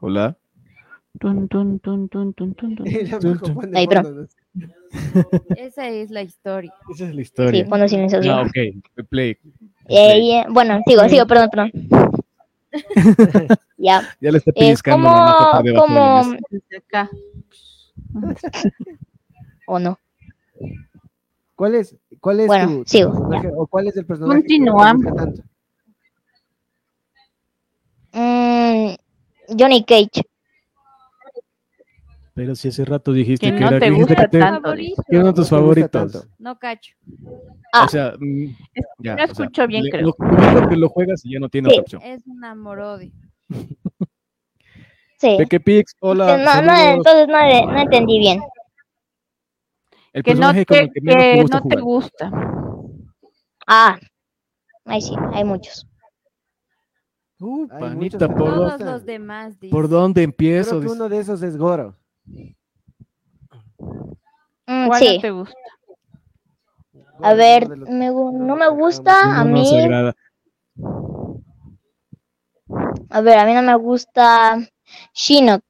[SPEAKER 6] hola
[SPEAKER 8] Tun, tun, tun, tun, tun, tun, tun.
[SPEAKER 9] [LAUGHS] Era Marco Juan de
[SPEAKER 2] Ahí, pero-
[SPEAKER 9] fondo, ¿no?
[SPEAKER 7] Esa es la historia.
[SPEAKER 6] esa es la
[SPEAKER 2] Sí,
[SPEAKER 6] historia
[SPEAKER 2] cuando silencio.
[SPEAKER 6] ah ok play
[SPEAKER 2] Eh, y, eh, bueno, sigo, sigo, perdón,
[SPEAKER 6] [LAUGHS]
[SPEAKER 2] perdón. [LAUGHS] ya.
[SPEAKER 6] ya le está
[SPEAKER 2] Eh, ¿Cómo,
[SPEAKER 6] pellizcando la mata por debajo de la
[SPEAKER 2] cómo,
[SPEAKER 6] mesa.
[SPEAKER 8] Desde acá.
[SPEAKER 2] o no?
[SPEAKER 9] ¿Cuál es, cuál es
[SPEAKER 2] Bueno,
[SPEAKER 9] tu, tu
[SPEAKER 2] sigo,
[SPEAKER 9] personaje, o cuál es el personaje? que te
[SPEAKER 8] Continuamos.
[SPEAKER 9] gusta tanto?
[SPEAKER 2] Mm, Johnny Cage.
[SPEAKER 6] pero si hace rato dijiste
[SPEAKER 8] Que
[SPEAKER 6] que,
[SPEAKER 8] [LAUGHS] no
[SPEAKER 6] era
[SPEAKER 8] te
[SPEAKER 6] dijiste
[SPEAKER 8] gusta
[SPEAKER 6] que te-
[SPEAKER 8] tanto. dice.
[SPEAKER 6] que uno de tus
[SPEAKER 9] No te gusta
[SPEAKER 6] favoritos
[SPEAKER 9] tanto.
[SPEAKER 7] No cacho.
[SPEAKER 2] Ah.
[SPEAKER 6] o sea mm, ya,
[SPEAKER 8] no
[SPEAKER 6] o sea,
[SPEAKER 8] escucho bien,
[SPEAKER 6] le-
[SPEAKER 8] creo.
[SPEAKER 6] lo, primero que lo juegas y ya no tiene
[SPEAKER 2] Sí.
[SPEAKER 6] otra opción
[SPEAKER 7] Es un amorodio.
[SPEAKER 2] Sí.
[SPEAKER 6] Pequepix, hola.
[SPEAKER 2] no, no,
[SPEAKER 6] saludos.
[SPEAKER 2] entonces no, no entendí bien.
[SPEAKER 6] El
[SPEAKER 8] Que no
[SPEAKER 6] personaje
[SPEAKER 8] te,
[SPEAKER 6] con el que menos
[SPEAKER 8] que
[SPEAKER 6] te gusta
[SPEAKER 8] no te
[SPEAKER 6] jugar.
[SPEAKER 8] gusta.
[SPEAKER 2] Ah, ahí sí, hay muchos.
[SPEAKER 6] Uh,
[SPEAKER 9] Hay
[SPEAKER 6] panita, ¿por,
[SPEAKER 9] muchos hermanos.
[SPEAKER 6] dónde-
[SPEAKER 7] Todos los demás dicen.
[SPEAKER 6] por dónde
[SPEAKER 9] Creo
[SPEAKER 6] empiezo?
[SPEAKER 9] que
[SPEAKER 6] Dice,
[SPEAKER 9] uno de esos es Goro.
[SPEAKER 2] Mm,
[SPEAKER 8] ¿Cuál no
[SPEAKER 2] sí.
[SPEAKER 8] te gusta?
[SPEAKER 2] A ver,
[SPEAKER 9] Uno de los-
[SPEAKER 2] me gu-
[SPEAKER 9] uno de
[SPEAKER 2] no
[SPEAKER 9] los
[SPEAKER 2] me
[SPEAKER 9] que acabamos
[SPEAKER 6] "No
[SPEAKER 2] gusta Ah, a
[SPEAKER 6] nos
[SPEAKER 2] mí.
[SPEAKER 6] agrada".
[SPEAKER 2] A ver, a mí no me gusta Shinnok.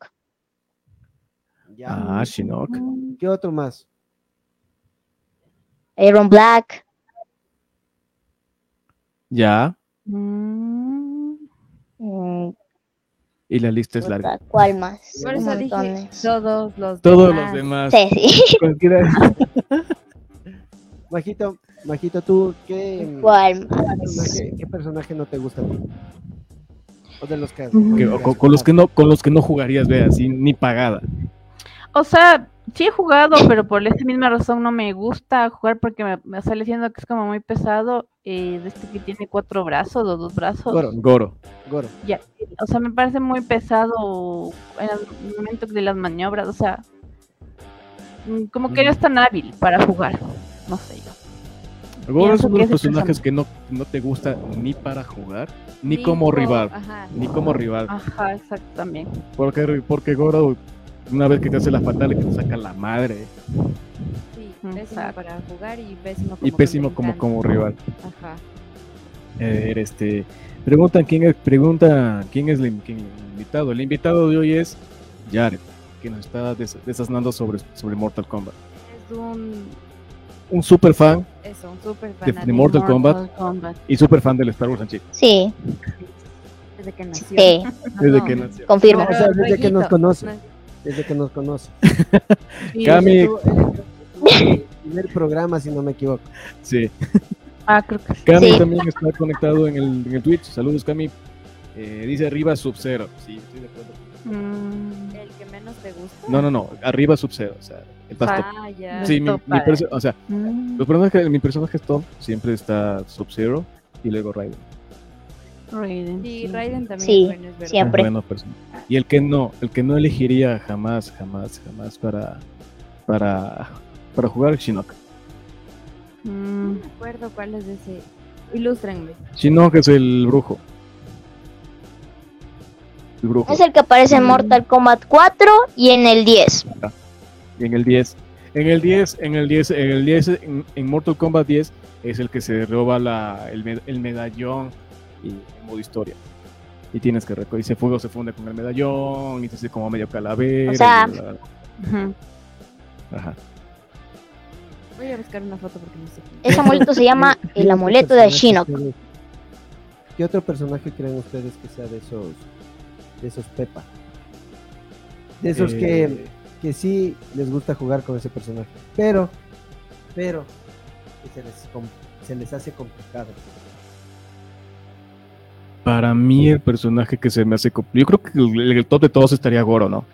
[SPEAKER 9] Ya.
[SPEAKER 6] Ah, Shinnok.
[SPEAKER 9] ¿Qué otro más?
[SPEAKER 2] Aaron Black.
[SPEAKER 6] Ya.
[SPEAKER 8] Mm,
[SPEAKER 2] mm,
[SPEAKER 6] Y la lista es larga.
[SPEAKER 2] puta, ¿Cuál más?
[SPEAKER 7] Por
[SPEAKER 2] Un
[SPEAKER 7] eso
[SPEAKER 2] montón
[SPEAKER 7] dije
[SPEAKER 2] de-
[SPEAKER 7] todos los
[SPEAKER 6] Todos
[SPEAKER 7] demás.
[SPEAKER 8] Ah.
[SPEAKER 6] los demás.
[SPEAKER 2] Sí, sí.
[SPEAKER 6] [LAUGHS] Cualquiera.
[SPEAKER 9] [LAUGHS] Majito, Majito, tú, ¿qué,
[SPEAKER 2] [LAUGHS] ¿Cuál más?
[SPEAKER 9] personaje, qué personaje no te gusta a ti? O de los que has-
[SPEAKER 8] Ujú.
[SPEAKER 6] que- o con, con los que no, con los que no jugarías, vea, así ni pagada.
[SPEAKER 8] O sea, sí he jugado, pero por esa misma razón no me gusta jugar porque me, me sale diciendo que es como muy pesado. eh, de este que tiene cuatro brazos, los dos brazos.
[SPEAKER 9] Goro,
[SPEAKER 6] Goro.
[SPEAKER 9] Goro.
[SPEAKER 8] Ya, o sea, me parece muy pesado en el momento de las maniobras, o sea, mm, como que no es tan hábil para jugar, no sé yo.
[SPEAKER 6] Goro es
[SPEAKER 8] Pienso
[SPEAKER 6] uno de
[SPEAKER 8] que
[SPEAKER 6] los
[SPEAKER 8] ese
[SPEAKER 6] personajes que no, no te gusta ni para jugar, ni,
[SPEAKER 7] Ni
[SPEAKER 6] como
[SPEAKER 7] por- ah.
[SPEAKER 6] rival.
[SPEAKER 7] Ajá.
[SPEAKER 6] Ni como rival.
[SPEAKER 8] Ajá, exacto, también.
[SPEAKER 6] Porque, porque Goro, una vez que te hace la fatal, que te saca la madre.
[SPEAKER 7] Sí, pésimo
[SPEAKER 8] Exacto.
[SPEAKER 7] para jugar y pésimo como
[SPEAKER 6] Y pésimo como,
[SPEAKER 7] contrincante.
[SPEAKER 6] como rival.
[SPEAKER 7] Ajá.
[SPEAKER 6] A ver, este, preguntan quién es, pregunta quién es el, in- quién- el invitado. El invitado de hoy es Jared, que nos está des- desasnando sobre, sobre Mortal Kombat.
[SPEAKER 7] Es un.
[SPEAKER 6] Un super fan
[SPEAKER 7] Eso, un super
[SPEAKER 6] de,
[SPEAKER 7] fanático.
[SPEAKER 6] de Mortal Kombat y super fan del Star Wars en sí,
[SPEAKER 2] Sí,
[SPEAKER 7] Desde que nació.
[SPEAKER 2] sí,
[SPEAKER 6] desde
[SPEAKER 7] No,
[SPEAKER 6] que nació.
[SPEAKER 2] confirmo.
[SPEAKER 9] O sea, desde que
[SPEAKER 7] Rayito.
[SPEAKER 9] nos conoce, desde que nos
[SPEAKER 2] [LAUGHS]
[SPEAKER 9] conoce.
[SPEAKER 8] Sí,
[SPEAKER 6] Cami,
[SPEAKER 9] Tú, eh, tú, el primer programa, si no me equivoco.
[SPEAKER 6] sí.
[SPEAKER 8] Ah, creo que sí.
[SPEAKER 6] Cami
[SPEAKER 2] Sí.
[SPEAKER 6] también está conectado en el, en el Twitch. Saludos, Cami. Eh, dice arriba Sub-Zero. Sí, estoy de acuerdo.
[SPEAKER 8] Mm,
[SPEAKER 7] El que menos te gusta.
[SPEAKER 6] No, no, no. Arriba Sub-Zero. O sea, el más top.
[SPEAKER 7] Ah, ya.
[SPEAKER 6] Sí, mi,
[SPEAKER 8] top,
[SPEAKER 6] mi
[SPEAKER 8] eh.
[SPEAKER 6] perso- o sea,
[SPEAKER 8] mm,
[SPEAKER 6] los personajes, mi personaje top siempre está Sub-Zero y luego Raiden.
[SPEAKER 8] Raiden,
[SPEAKER 7] Sí,
[SPEAKER 8] sí.
[SPEAKER 7] Raiden también
[SPEAKER 2] Sí,
[SPEAKER 7] es bueno, es verdad.
[SPEAKER 2] siempre.
[SPEAKER 6] buenas personas. Y el que no, el que no elegiría jamás, jamás, jamás para para para jugar Shinnok.
[SPEAKER 8] Mm,
[SPEAKER 7] No me acuerdo cuál es ese. Ilústrenme.
[SPEAKER 6] Shinnok es el brujo. El brujo.
[SPEAKER 2] Es el que aparece en Mortal Kombat 4 y en el 10.
[SPEAKER 6] Y en el 10. En el 10, en el 10, en el 10, en, en Mortal Kombat 10 es el que se roba la, el, med- el medallón y en modo historia. Y tienes que recoger. Y se, fue- se funde con el medallón y se hace como medio calavera.
[SPEAKER 2] O sea,
[SPEAKER 6] y bla, bla, bla.
[SPEAKER 8] ujú.
[SPEAKER 6] Ajá.
[SPEAKER 7] Voy a buscar una foto porque no sé. quién es.
[SPEAKER 2] Ese amuleto se
[SPEAKER 6] [LAUGHS]
[SPEAKER 2] llama
[SPEAKER 9] ¿Qué
[SPEAKER 2] el
[SPEAKER 9] otro
[SPEAKER 2] amuleto de
[SPEAKER 9] personaje
[SPEAKER 2] Shinnok.
[SPEAKER 9] creen- ¿Qué otro personaje creen ustedes que sea de esos, de esos Pepa? De esos que,
[SPEAKER 6] Eh,
[SPEAKER 9] que sí les gusta jugar con ese personaje, pero, pero, que se les, com- se les hace complicado.
[SPEAKER 6] Para mí el personaje que se me hace... compl- Yo creo que el, el top de todos estaría Goro, ¿no?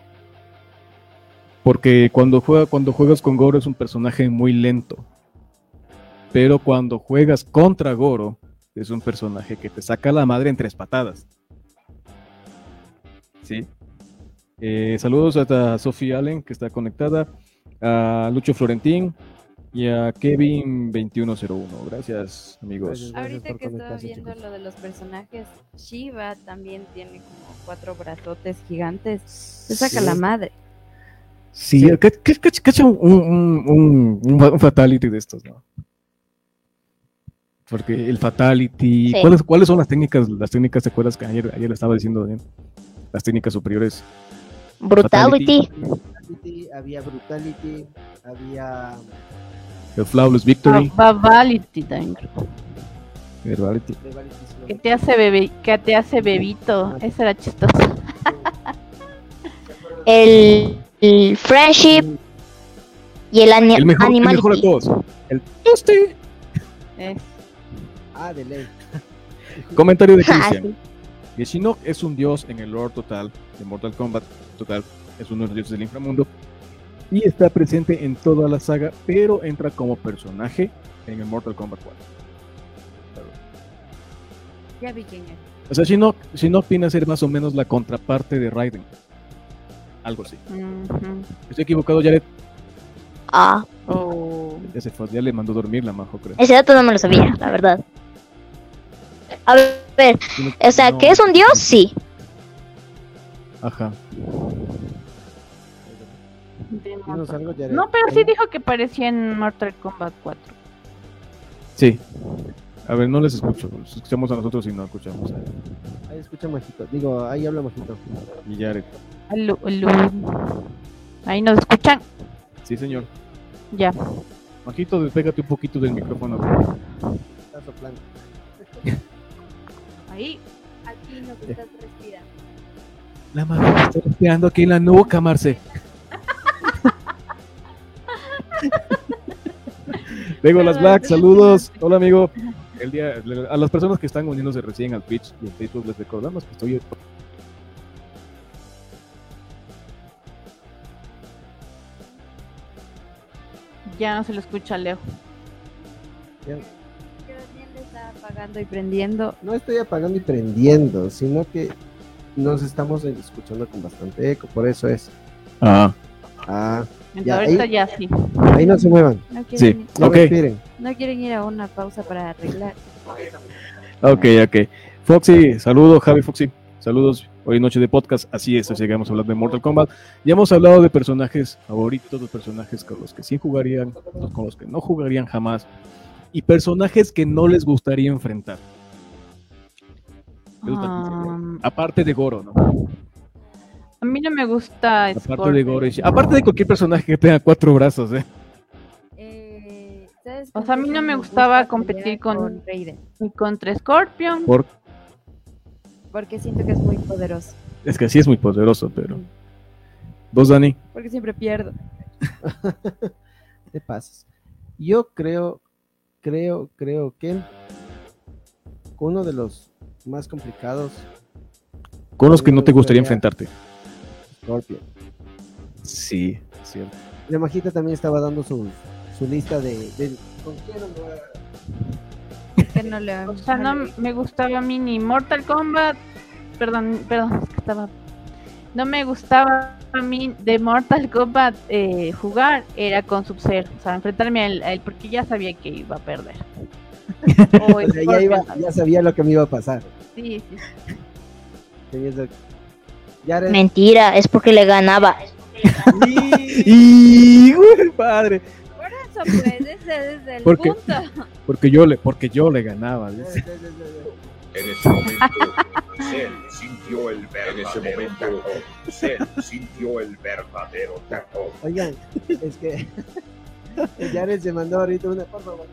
[SPEAKER 6] Porque cuando, juega, cuando juegas con Goro es un personaje muy lento. Pero cuando juegas contra Goro es un personaje que te saca la madre en tres patadas. ¿Sí? Eh, saludos hasta Sophie Allen que está conectada, a Lucho Florentín y a Kevin2101. Gracias amigos.
[SPEAKER 7] [LAUGHS]
[SPEAKER 9] Gracias
[SPEAKER 7] Ahorita
[SPEAKER 9] por
[SPEAKER 7] que estaba
[SPEAKER 9] conectarse,
[SPEAKER 7] viendo
[SPEAKER 9] chicos.
[SPEAKER 7] lo de los personajes, Shiva también tiene como cuatro brazotes gigantes. Se saca
[SPEAKER 6] Sí.
[SPEAKER 7] la madre.
[SPEAKER 6] Sí,
[SPEAKER 9] Sí.
[SPEAKER 6] ca- ca- ca- cacha un, un, un- un- un fatality de estos, ¿no? Porque el fatality,
[SPEAKER 2] Sí.
[SPEAKER 6] ¿cuáles, ¿cuáles son las técnicas? Las técnicas, ¿te acuerdas que ayer, ayer le estaba diciendo Daniel? Las técnicas superiores.
[SPEAKER 2] Brutality.
[SPEAKER 9] Brutality, había Brutality, había...
[SPEAKER 6] El flawless
[SPEAKER 8] Ah,
[SPEAKER 6] victory.
[SPEAKER 8] Babality también creo,
[SPEAKER 6] el fatality.
[SPEAKER 9] Rivality, si no
[SPEAKER 8] que
[SPEAKER 9] me
[SPEAKER 8] te hace bebé, que te hace bebito, esa era chistosa.
[SPEAKER 2] El, el Friendship. Y el, ani-
[SPEAKER 6] El mejor, el mejor de
[SPEAKER 2] Animality.
[SPEAKER 6] todos. El toste.
[SPEAKER 8] Es-
[SPEAKER 9] Ah, de ley.
[SPEAKER 6] Comentario de
[SPEAKER 2] [LAUGHS] Ah,
[SPEAKER 6] Christian.
[SPEAKER 2] sí.
[SPEAKER 6] Que Shinnok es un dios en el lore total de Mortal Kombat total, es uno de los dioses del inframundo y está presente en toda la saga, pero entra como personaje en el Mortal Kombat 4.
[SPEAKER 7] Ya vi quién es.
[SPEAKER 6] O sea, Shinnok, Shinnok viene a ser más o menos la contraparte de Raiden. Algo así.
[SPEAKER 8] ujú.
[SPEAKER 6] Estoy equivocado, Jared.
[SPEAKER 2] Ah,
[SPEAKER 7] Oh.
[SPEAKER 8] O-
[SPEAKER 6] Ya se fue, ya le mandó dormir la majo, creo.
[SPEAKER 2] ese dato no me lo sabía, la verdad. A ver, Pero, o sea,
[SPEAKER 6] No.
[SPEAKER 2] que es un dios, sí.
[SPEAKER 6] Ajá.
[SPEAKER 9] Dinos algo, Jared.
[SPEAKER 8] No, pero sí dijo que parecía en Mortal Kombat 4.
[SPEAKER 6] Sí. A ver, no les escucho. Los escuchamos a nosotros y no escuchamos a
[SPEAKER 9] Ahí escucha Majito. Digo, ahí habla Majito.
[SPEAKER 6] y Jared.
[SPEAKER 8] Aló, aló. Ahí nos escuchan.
[SPEAKER 6] Sí, señor.
[SPEAKER 8] Ya.
[SPEAKER 6] Majito, despégate un poquito del micrófono. por favor.
[SPEAKER 9] Está soplando.
[SPEAKER 8] Ahí.
[SPEAKER 7] Aquí nos estás respirando.
[SPEAKER 6] La madre me está respirando aquí en la nuca, Marce. Legolas Black, saludos. Hola, amigo. El día, a las personas que están uniéndose recién al Twitch y en Facebook, les recordamos que estoy.
[SPEAKER 8] Ya no se lo escucha Leo.
[SPEAKER 7] Pero bien le está apagando y prendiendo.
[SPEAKER 9] No estoy apagando y prendiendo, sino que nos estamos escuchando con bastante eco, por eso es.
[SPEAKER 6] Ah,
[SPEAKER 9] Ah,
[SPEAKER 8] Entonces
[SPEAKER 9] Ya,
[SPEAKER 8] ahorita
[SPEAKER 9] ahí-
[SPEAKER 8] ya sí.
[SPEAKER 9] ahí no se muevan.
[SPEAKER 7] No quieren,
[SPEAKER 6] Sí.
[SPEAKER 7] ir-
[SPEAKER 9] No
[SPEAKER 6] Ok.
[SPEAKER 9] respiren.
[SPEAKER 7] no quieren ir a una pausa para arreglar.
[SPEAKER 6] ok, ok. Foxy, saludos, Javi Foxy. Saludos, hoy noche de podcast. Así es, llegamos hablando de Mortal Kombat. Ya hemos hablado de personajes favoritos, los personajes con los que sí jugarían, los con los que no jugarían jamás, y personajes que no les gustaría enfrentar. Eso también sería.
[SPEAKER 8] Um,
[SPEAKER 6] Aparte de Goro, ¿no?
[SPEAKER 8] a mí no me gusta.
[SPEAKER 6] Aparte
[SPEAKER 8] Scorpion.
[SPEAKER 6] de Goro. y Shi- Aparte de cualquier personaje que tenga cuatro brazos, ¿eh?
[SPEAKER 7] Eh, ¿sabes
[SPEAKER 8] O
[SPEAKER 7] con
[SPEAKER 8] sea, a
[SPEAKER 7] qué
[SPEAKER 8] mí no me
[SPEAKER 7] gusta
[SPEAKER 8] gustaba
[SPEAKER 7] pelear
[SPEAKER 8] competir con-
[SPEAKER 7] Raiden.
[SPEAKER 8] Y contra Scorpion.
[SPEAKER 6] Por-
[SPEAKER 7] Porque siento que es muy poderoso.
[SPEAKER 6] Es que sí es muy poderoso, pero. ¿Vos, Dani?
[SPEAKER 7] Porque siempre pierdo.
[SPEAKER 9] [LAUGHS] Te pasas. Yo creo, creo, creo que uno de los más complicados,
[SPEAKER 6] Con los que no te gustaría enfrentarte.
[SPEAKER 9] Scorpion.
[SPEAKER 6] Sí, cierto.
[SPEAKER 9] La Majita también estaba dando su, su lista de, de- con quién no va-
[SPEAKER 7] Que no le hago.
[SPEAKER 8] O sea, no me gustaba a mí ni Mortal Kombat. Perdón, perdón, es que estaba. No me gustaba a mí de Mortal Kombat eh, jugar, era con Sub-Zero. O sea, enfrentarme a él, a él, porque ya sabía que iba a
[SPEAKER 9] [LAUGHS]
[SPEAKER 8] perder. O
[SPEAKER 9] o sea, ya,
[SPEAKER 8] Scorpion,
[SPEAKER 9] iba, ya sabía lo que me iba a pasar.
[SPEAKER 8] sí, sí.
[SPEAKER 9] Tenías de- Jared,
[SPEAKER 2] Mentira, es porque le ganaba.
[SPEAKER 6] [LAUGHS] ¡Y güey, padre!
[SPEAKER 7] Por eso, pues, ese es el
[SPEAKER 6] ¿Por qué?
[SPEAKER 7] punto.
[SPEAKER 6] Porque yo le, porque yo le ganaba.
[SPEAKER 9] Jared,
[SPEAKER 6] dice.
[SPEAKER 9] Jared, Jared, Jared.
[SPEAKER 10] En ese momento, Cell sintió el verdadero taco. Cell sintió el verdadero taco.
[SPEAKER 9] Oigan, es que [LAUGHS] Jared se mandó ahorita una por favor.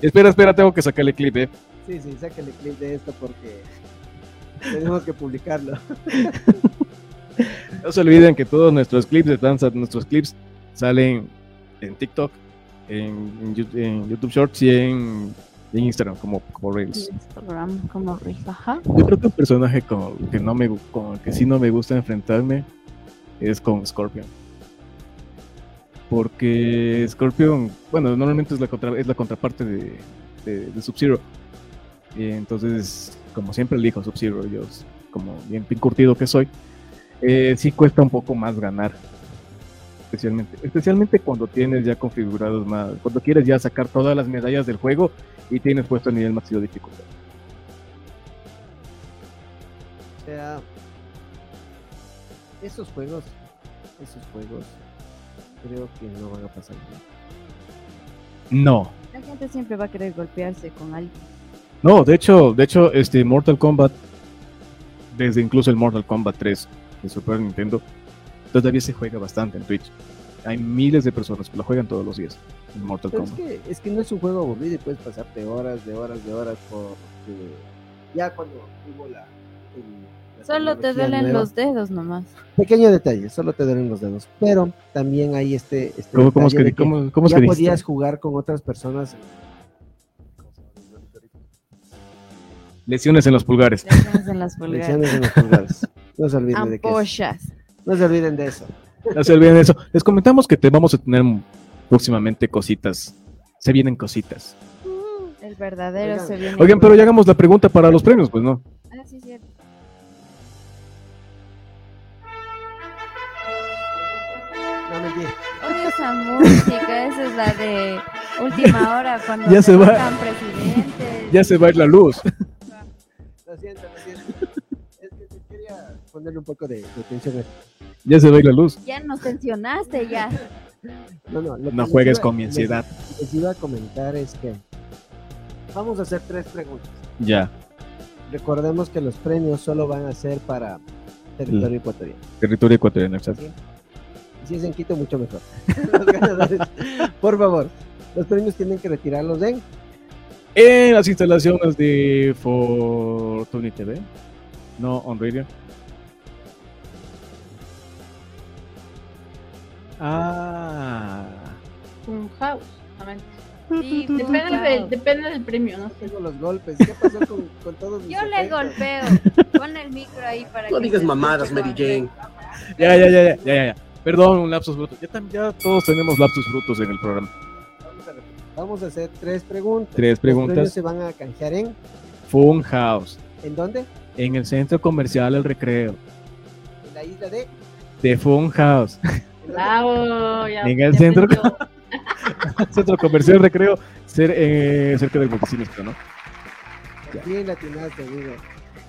[SPEAKER 6] Espera, espera, tengo que sacarle clip, ¿eh?
[SPEAKER 9] Sí, sí, sáquenle clip de esto porque tenemos que publicarlo.
[SPEAKER 6] No se olviden que todos nuestros clips de danza, nuestros clips salen en TikTok, en, en Yu- en YouTube Shorts y en, en Instagram como, como Reels.
[SPEAKER 8] sí, Instagram como Riz, ajá.
[SPEAKER 6] Yo creo que un personaje con el que no me gu- con el que sí no me gusta enfrentarme es con Scorpion. Porque Scorpion, bueno, normalmente es la contra- es la contraparte de, de, de Sub-Zero. Y entonces, como siempre elijo Sub-Zero, yo s- como bien, bien curtido que soy, eh, sí cuesta un poco más ganar. Especialmente, especialmente cuando tienes ya configurados más, cuando quieres ya sacar todas las medallas del juego y tienes puesto el nivel máximo de dificultad.
[SPEAKER 9] O sea, esos juegos, esos juegos, creo que no van a pasar.
[SPEAKER 6] No,
[SPEAKER 7] La gente siempre va a querer golpearse con alguien.
[SPEAKER 6] No, de hecho, de hecho, este Mortal Kombat, desde incluso el Mortal Kombat 3 de Super Nintendo, todavía se juega bastante en Twitch. Hay miles de personas que lo juegan todos los días en Mortal
[SPEAKER 9] Pero es
[SPEAKER 6] Kombat.
[SPEAKER 9] que, es que no es un juego aburrido y puedes pasarte horas de horas de horas porque ya cuando hubo la... el- la
[SPEAKER 7] Solo te
[SPEAKER 9] tecnología
[SPEAKER 7] duelen
[SPEAKER 9] nueva-
[SPEAKER 7] los dedos [LAUGHS] nomás.
[SPEAKER 9] Pequeño detalle, solo te duelen los dedos. Pero también hay este... este
[SPEAKER 6] ¿Cómo, cómo es que,
[SPEAKER 9] detalle de que
[SPEAKER 6] cómo, cómo es
[SPEAKER 9] ya
[SPEAKER 6] que dijiste?
[SPEAKER 9] podías jugar con otras personas.
[SPEAKER 6] Lesiones en los pulgares.
[SPEAKER 7] Lesiones en las pulgares.
[SPEAKER 9] Lesiones en los pulgares. No se olviden de que
[SPEAKER 7] Ampollas.
[SPEAKER 9] No se olviden de eso.
[SPEAKER 6] No se olviden de eso. Les comentamos que te vamos a tener próximamente cositas. Se vienen cositas.
[SPEAKER 7] El verdadero
[SPEAKER 9] Oigan.
[SPEAKER 7] se viene.
[SPEAKER 6] Oigan, pero ya hagamos la pregunta para los premios, pues no.
[SPEAKER 7] Ah, sí, cierto.
[SPEAKER 9] No mentira.
[SPEAKER 7] Odio esa música, esa es la de última hora cuando
[SPEAKER 6] Ya se va.
[SPEAKER 7] tocan presidentes.
[SPEAKER 6] Ya se va a ir la luz. [LAUGHS]
[SPEAKER 9] Lo siento. ponerle un poco de, de tensión a esto.
[SPEAKER 6] Ya se ve la luz.
[SPEAKER 7] Ya nos tensionaste, ya.
[SPEAKER 9] No, no, lo que
[SPEAKER 6] No
[SPEAKER 9] les
[SPEAKER 6] juegues
[SPEAKER 9] iba-
[SPEAKER 6] con mi
[SPEAKER 9] les-
[SPEAKER 6] ansiedad.
[SPEAKER 9] Les iba a comentar es que vamos a hacer tres preguntas.
[SPEAKER 6] Ya,
[SPEAKER 9] Recordemos que los premios solo van a ser para territorio
[SPEAKER 6] Mm.
[SPEAKER 9] ecuatoriano.
[SPEAKER 6] territorio ecuatoriano, exacto.
[SPEAKER 9] Y Si es en Quito, mucho mejor. [LAUGHS] Los ganadores, por favor, los premios tienen que retirarlos en
[SPEAKER 6] En las instalaciones de Fortuny TV, no on radio. Ah,
[SPEAKER 8] Un house. solamente. Sí, depende del, depende del premio, no sé.
[SPEAKER 9] Tengo los golpes. ¿Qué pasó con, con todos mis
[SPEAKER 7] Yo le
[SPEAKER 9] efectos?
[SPEAKER 7] golpeo. Pon el micro ahí para
[SPEAKER 11] No
[SPEAKER 7] que
[SPEAKER 11] digas
[SPEAKER 7] se
[SPEAKER 11] mamadas,
[SPEAKER 7] escuche
[SPEAKER 11] Mary
[SPEAKER 7] con-
[SPEAKER 11] Jane.
[SPEAKER 6] ya, ya, ya, ya, ya, ya, ya. Perdón, un lapsus bruto. Ya, tam- ya todos tenemos lapsus brutos en el programa.
[SPEAKER 9] Vamos a repetir. Vamos a hacer tres preguntas.
[SPEAKER 6] Tres
[SPEAKER 9] Los premios
[SPEAKER 6] preguntas.
[SPEAKER 9] se van a canjear en
[SPEAKER 6] Funhouse,
[SPEAKER 9] ¿en dónde?
[SPEAKER 6] en el centro comercial El Recreo,
[SPEAKER 9] En la isla de
[SPEAKER 6] de Funhouse,
[SPEAKER 9] ¿en
[SPEAKER 7] Ah.
[SPEAKER 9] dónde?
[SPEAKER 8] Bravo,
[SPEAKER 7] oh,
[SPEAKER 8] ya.
[SPEAKER 6] En el
[SPEAKER 8] ya
[SPEAKER 6] centro.
[SPEAKER 8] aprendió.
[SPEAKER 6] [LAUGHS] centro comercial El Recreo, cer- eh, cerca del Boticinista, ¿no?
[SPEAKER 9] Bien latinaste, amigo.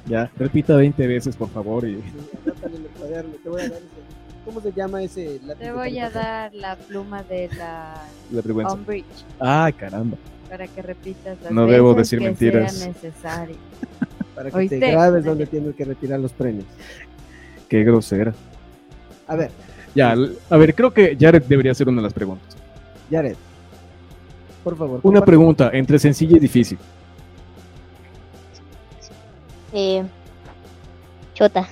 [SPEAKER 6] Ya, repita 20 veces, por favor. Y...
[SPEAKER 9] Sí, anótalo en el cuaderno, te voy a dar ese- ¿Cómo se llama ese lápiz?
[SPEAKER 7] Te
[SPEAKER 9] que
[SPEAKER 7] voy a
[SPEAKER 9] tengo?
[SPEAKER 7] dar la pluma de la
[SPEAKER 6] La vergüenza.
[SPEAKER 8] Um.
[SPEAKER 7] Umbridge
[SPEAKER 6] Ah, caramba.
[SPEAKER 7] para que repitas las
[SPEAKER 6] No debo
[SPEAKER 7] veces
[SPEAKER 6] decir
[SPEAKER 7] que
[SPEAKER 6] mentiras.
[SPEAKER 7] sea necesario.
[SPEAKER 9] Para que
[SPEAKER 7] Oíste.
[SPEAKER 9] te grabes donde tienes que retirar los premios.
[SPEAKER 6] Qué grosera.
[SPEAKER 9] A ver,
[SPEAKER 6] Ya, l- a ver, creo que Jared debería ser una de las preguntas.
[SPEAKER 9] Jared. Por favor.
[SPEAKER 6] Una
[SPEAKER 9] comparte.
[SPEAKER 6] pregunta entre sencilla y difícil.
[SPEAKER 2] Eh, chota.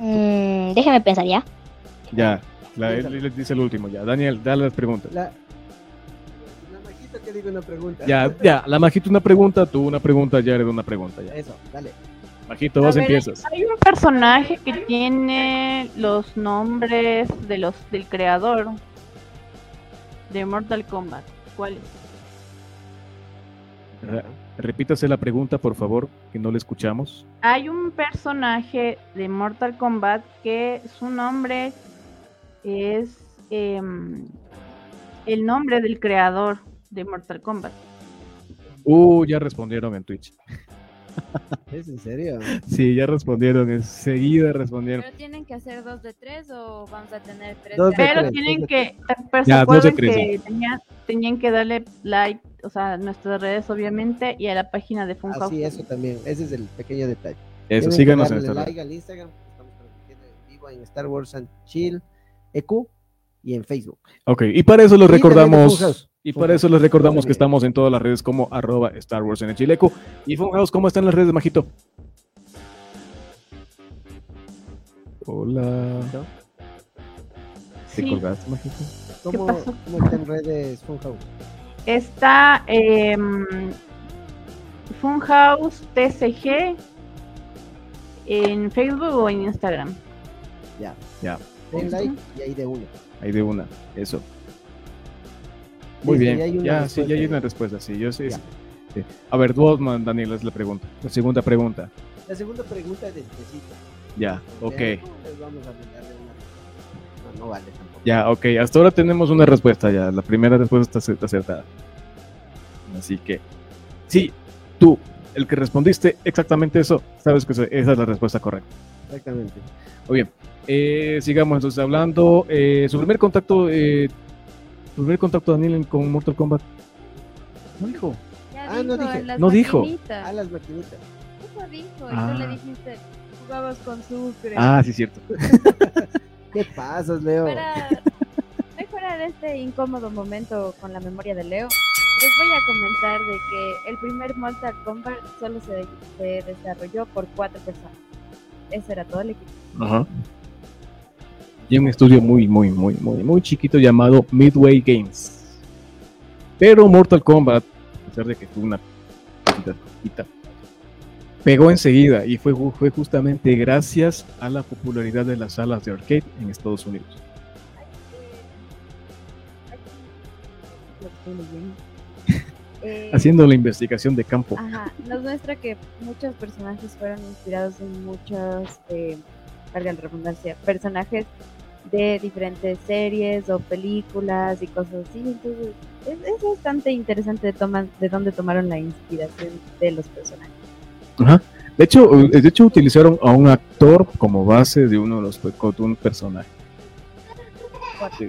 [SPEAKER 9] Eh.
[SPEAKER 2] Mm, déjeme pensar ya.
[SPEAKER 6] Ya, la, él, él dice el último, ya. Daniel, dale las preguntas.
[SPEAKER 9] La, la majita que diga una pregunta.
[SPEAKER 6] Ya, ya, la Majito una pregunta, tú una pregunta, Jared una pregunta. Ya.
[SPEAKER 9] Eso, dale. Eh,
[SPEAKER 6] Majito, vos
[SPEAKER 8] A ver,
[SPEAKER 6] empiezas.
[SPEAKER 8] Hay un personaje que tiene los nombres de los del creador de Mortal Kombat. ¿Cuál es?
[SPEAKER 6] Re- Repítase la pregunta, por favor, que no le escuchamos.
[SPEAKER 8] Hay un personaje de Mortal Kombat que su nombre es em, el nombre del creador de Mortal Kombat.
[SPEAKER 6] Uh, ya respondieron en Twitch.
[SPEAKER 9] ¿Es en serio?
[SPEAKER 6] Sí, ya respondieron, enseguida respondieron.
[SPEAKER 7] Pero tienen que hacer dos de tres o vamos a tener tres.
[SPEAKER 9] Dos de
[SPEAKER 7] cada-
[SPEAKER 8] Pero
[SPEAKER 9] tres.
[SPEAKER 8] tienen
[SPEAKER 9] dos
[SPEAKER 8] que,
[SPEAKER 6] Ya,
[SPEAKER 8] pero se
[SPEAKER 6] dos de
[SPEAKER 8] acuerdan
[SPEAKER 6] tres,
[SPEAKER 8] que tenían, tenían que darle like, o sea, a nuestras redes obviamente y a la página de Funhouse.
[SPEAKER 9] Así, Ah, eso también. Ese es el pequeño detalle.
[SPEAKER 6] Eso,
[SPEAKER 9] Tienen que
[SPEAKER 6] síganos en
[SPEAKER 9] darle
[SPEAKER 6] Instagram.
[SPEAKER 9] like al Instagram. Estamos transmitiendo en vivo en Star Wars and Chill, EQ y en Facebook.
[SPEAKER 6] Ok, y para eso les
[SPEAKER 9] Y también de
[SPEAKER 6] recordamos.
[SPEAKER 9] Funhouse.
[SPEAKER 6] Y
[SPEAKER 9] Funhouse.
[SPEAKER 6] para eso les recordamos
[SPEAKER 9] Funhouse.
[SPEAKER 6] que estamos en todas las redes como arroba Star Wars en el Chileco. Y Funhouse, ¿cómo están las redes, Majito? Hola. ¿Te
[SPEAKER 8] Sí.
[SPEAKER 6] colgaste, Majito?
[SPEAKER 9] ¿Cómo,
[SPEAKER 8] pasó?
[SPEAKER 9] ¿cómo está en redes Funhouse?
[SPEAKER 8] Está em, Funhouse TCG en Facebook o en Instagram.
[SPEAKER 9] Den like y ahí de uno.
[SPEAKER 6] Ahí de una, eso. Muy
[SPEAKER 9] Listo,
[SPEAKER 6] bien.
[SPEAKER 9] ya hay una
[SPEAKER 6] ya, sí, ya hay
[SPEAKER 9] respuesta.
[SPEAKER 6] una respuesta. Sí, yo sí.
[SPEAKER 9] Ya.
[SPEAKER 6] sí. A ver, vos, man, Daniel, es la pregunta. La segunda pregunta.
[SPEAKER 9] La segunda pregunta es despacito.
[SPEAKER 6] Ya, ok.
[SPEAKER 9] Les vamos a brindarle una. No, no vale tampoco.
[SPEAKER 6] Ya, ok. Hasta ahora tenemos una respuesta ya. La primera respuesta está ace- acertada. Así que, sí, tú, el que respondiste exactamente eso, sabes que esa esa es la respuesta correcta.
[SPEAKER 9] Exactamente.
[SPEAKER 6] Muy bien. Eh, sigamos entonces hablando. Eh, su primer contacto, eh, tu primer contacto, Daniel, en- con Mortal Kombat. No dijo.
[SPEAKER 7] Ya
[SPEAKER 9] Ah, no dije.
[SPEAKER 7] las
[SPEAKER 6] No dijo.
[SPEAKER 9] A
[SPEAKER 7] maquinitas.
[SPEAKER 9] las maquinitas.
[SPEAKER 7] Eso dijo. Y
[SPEAKER 6] Ah.
[SPEAKER 7] tú le dijiste, jugabas con sucre.
[SPEAKER 6] Ah, sí, cierto.
[SPEAKER 9] ¿Qué pasas, Leo?
[SPEAKER 7] Para mejorar este incómodo momento con la memoria de Leo, les voy a comentar de que el primer Mortal Kombat solo se, se desarrolló por cuatro personas. Eso era todo el equipo.
[SPEAKER 6] Ajá. Y un estudio muy, muy, muy, muy, muy chiquito llamado Midway Games. Pero Mortal Kombat, a pesar de que fue una cosita chiquita, pegó enseguida y fue, ju- fue justamente gracias a la popularidad de las salas de arcade en Estados Unidos.
[SPEAKER 7] Lo que estoy leyendo. Eh,
[SPEAKER 6] Haciendo la investigación de campo.
[SPEAKER 7] Ajá, nos muestra que muchos personajes fueron inspirados en muchos, eh, valga la redundancia, personajes de diferentes series o películas y cosas así. Entonces, es, es bastante interesante de, toma- de dónde tomaron la inspiración de los personajes.
[SPEAKER 6] Ajá. De hecho, eh, de hecho utilizaron a un actor como base de uno de los de un personaje. Sí.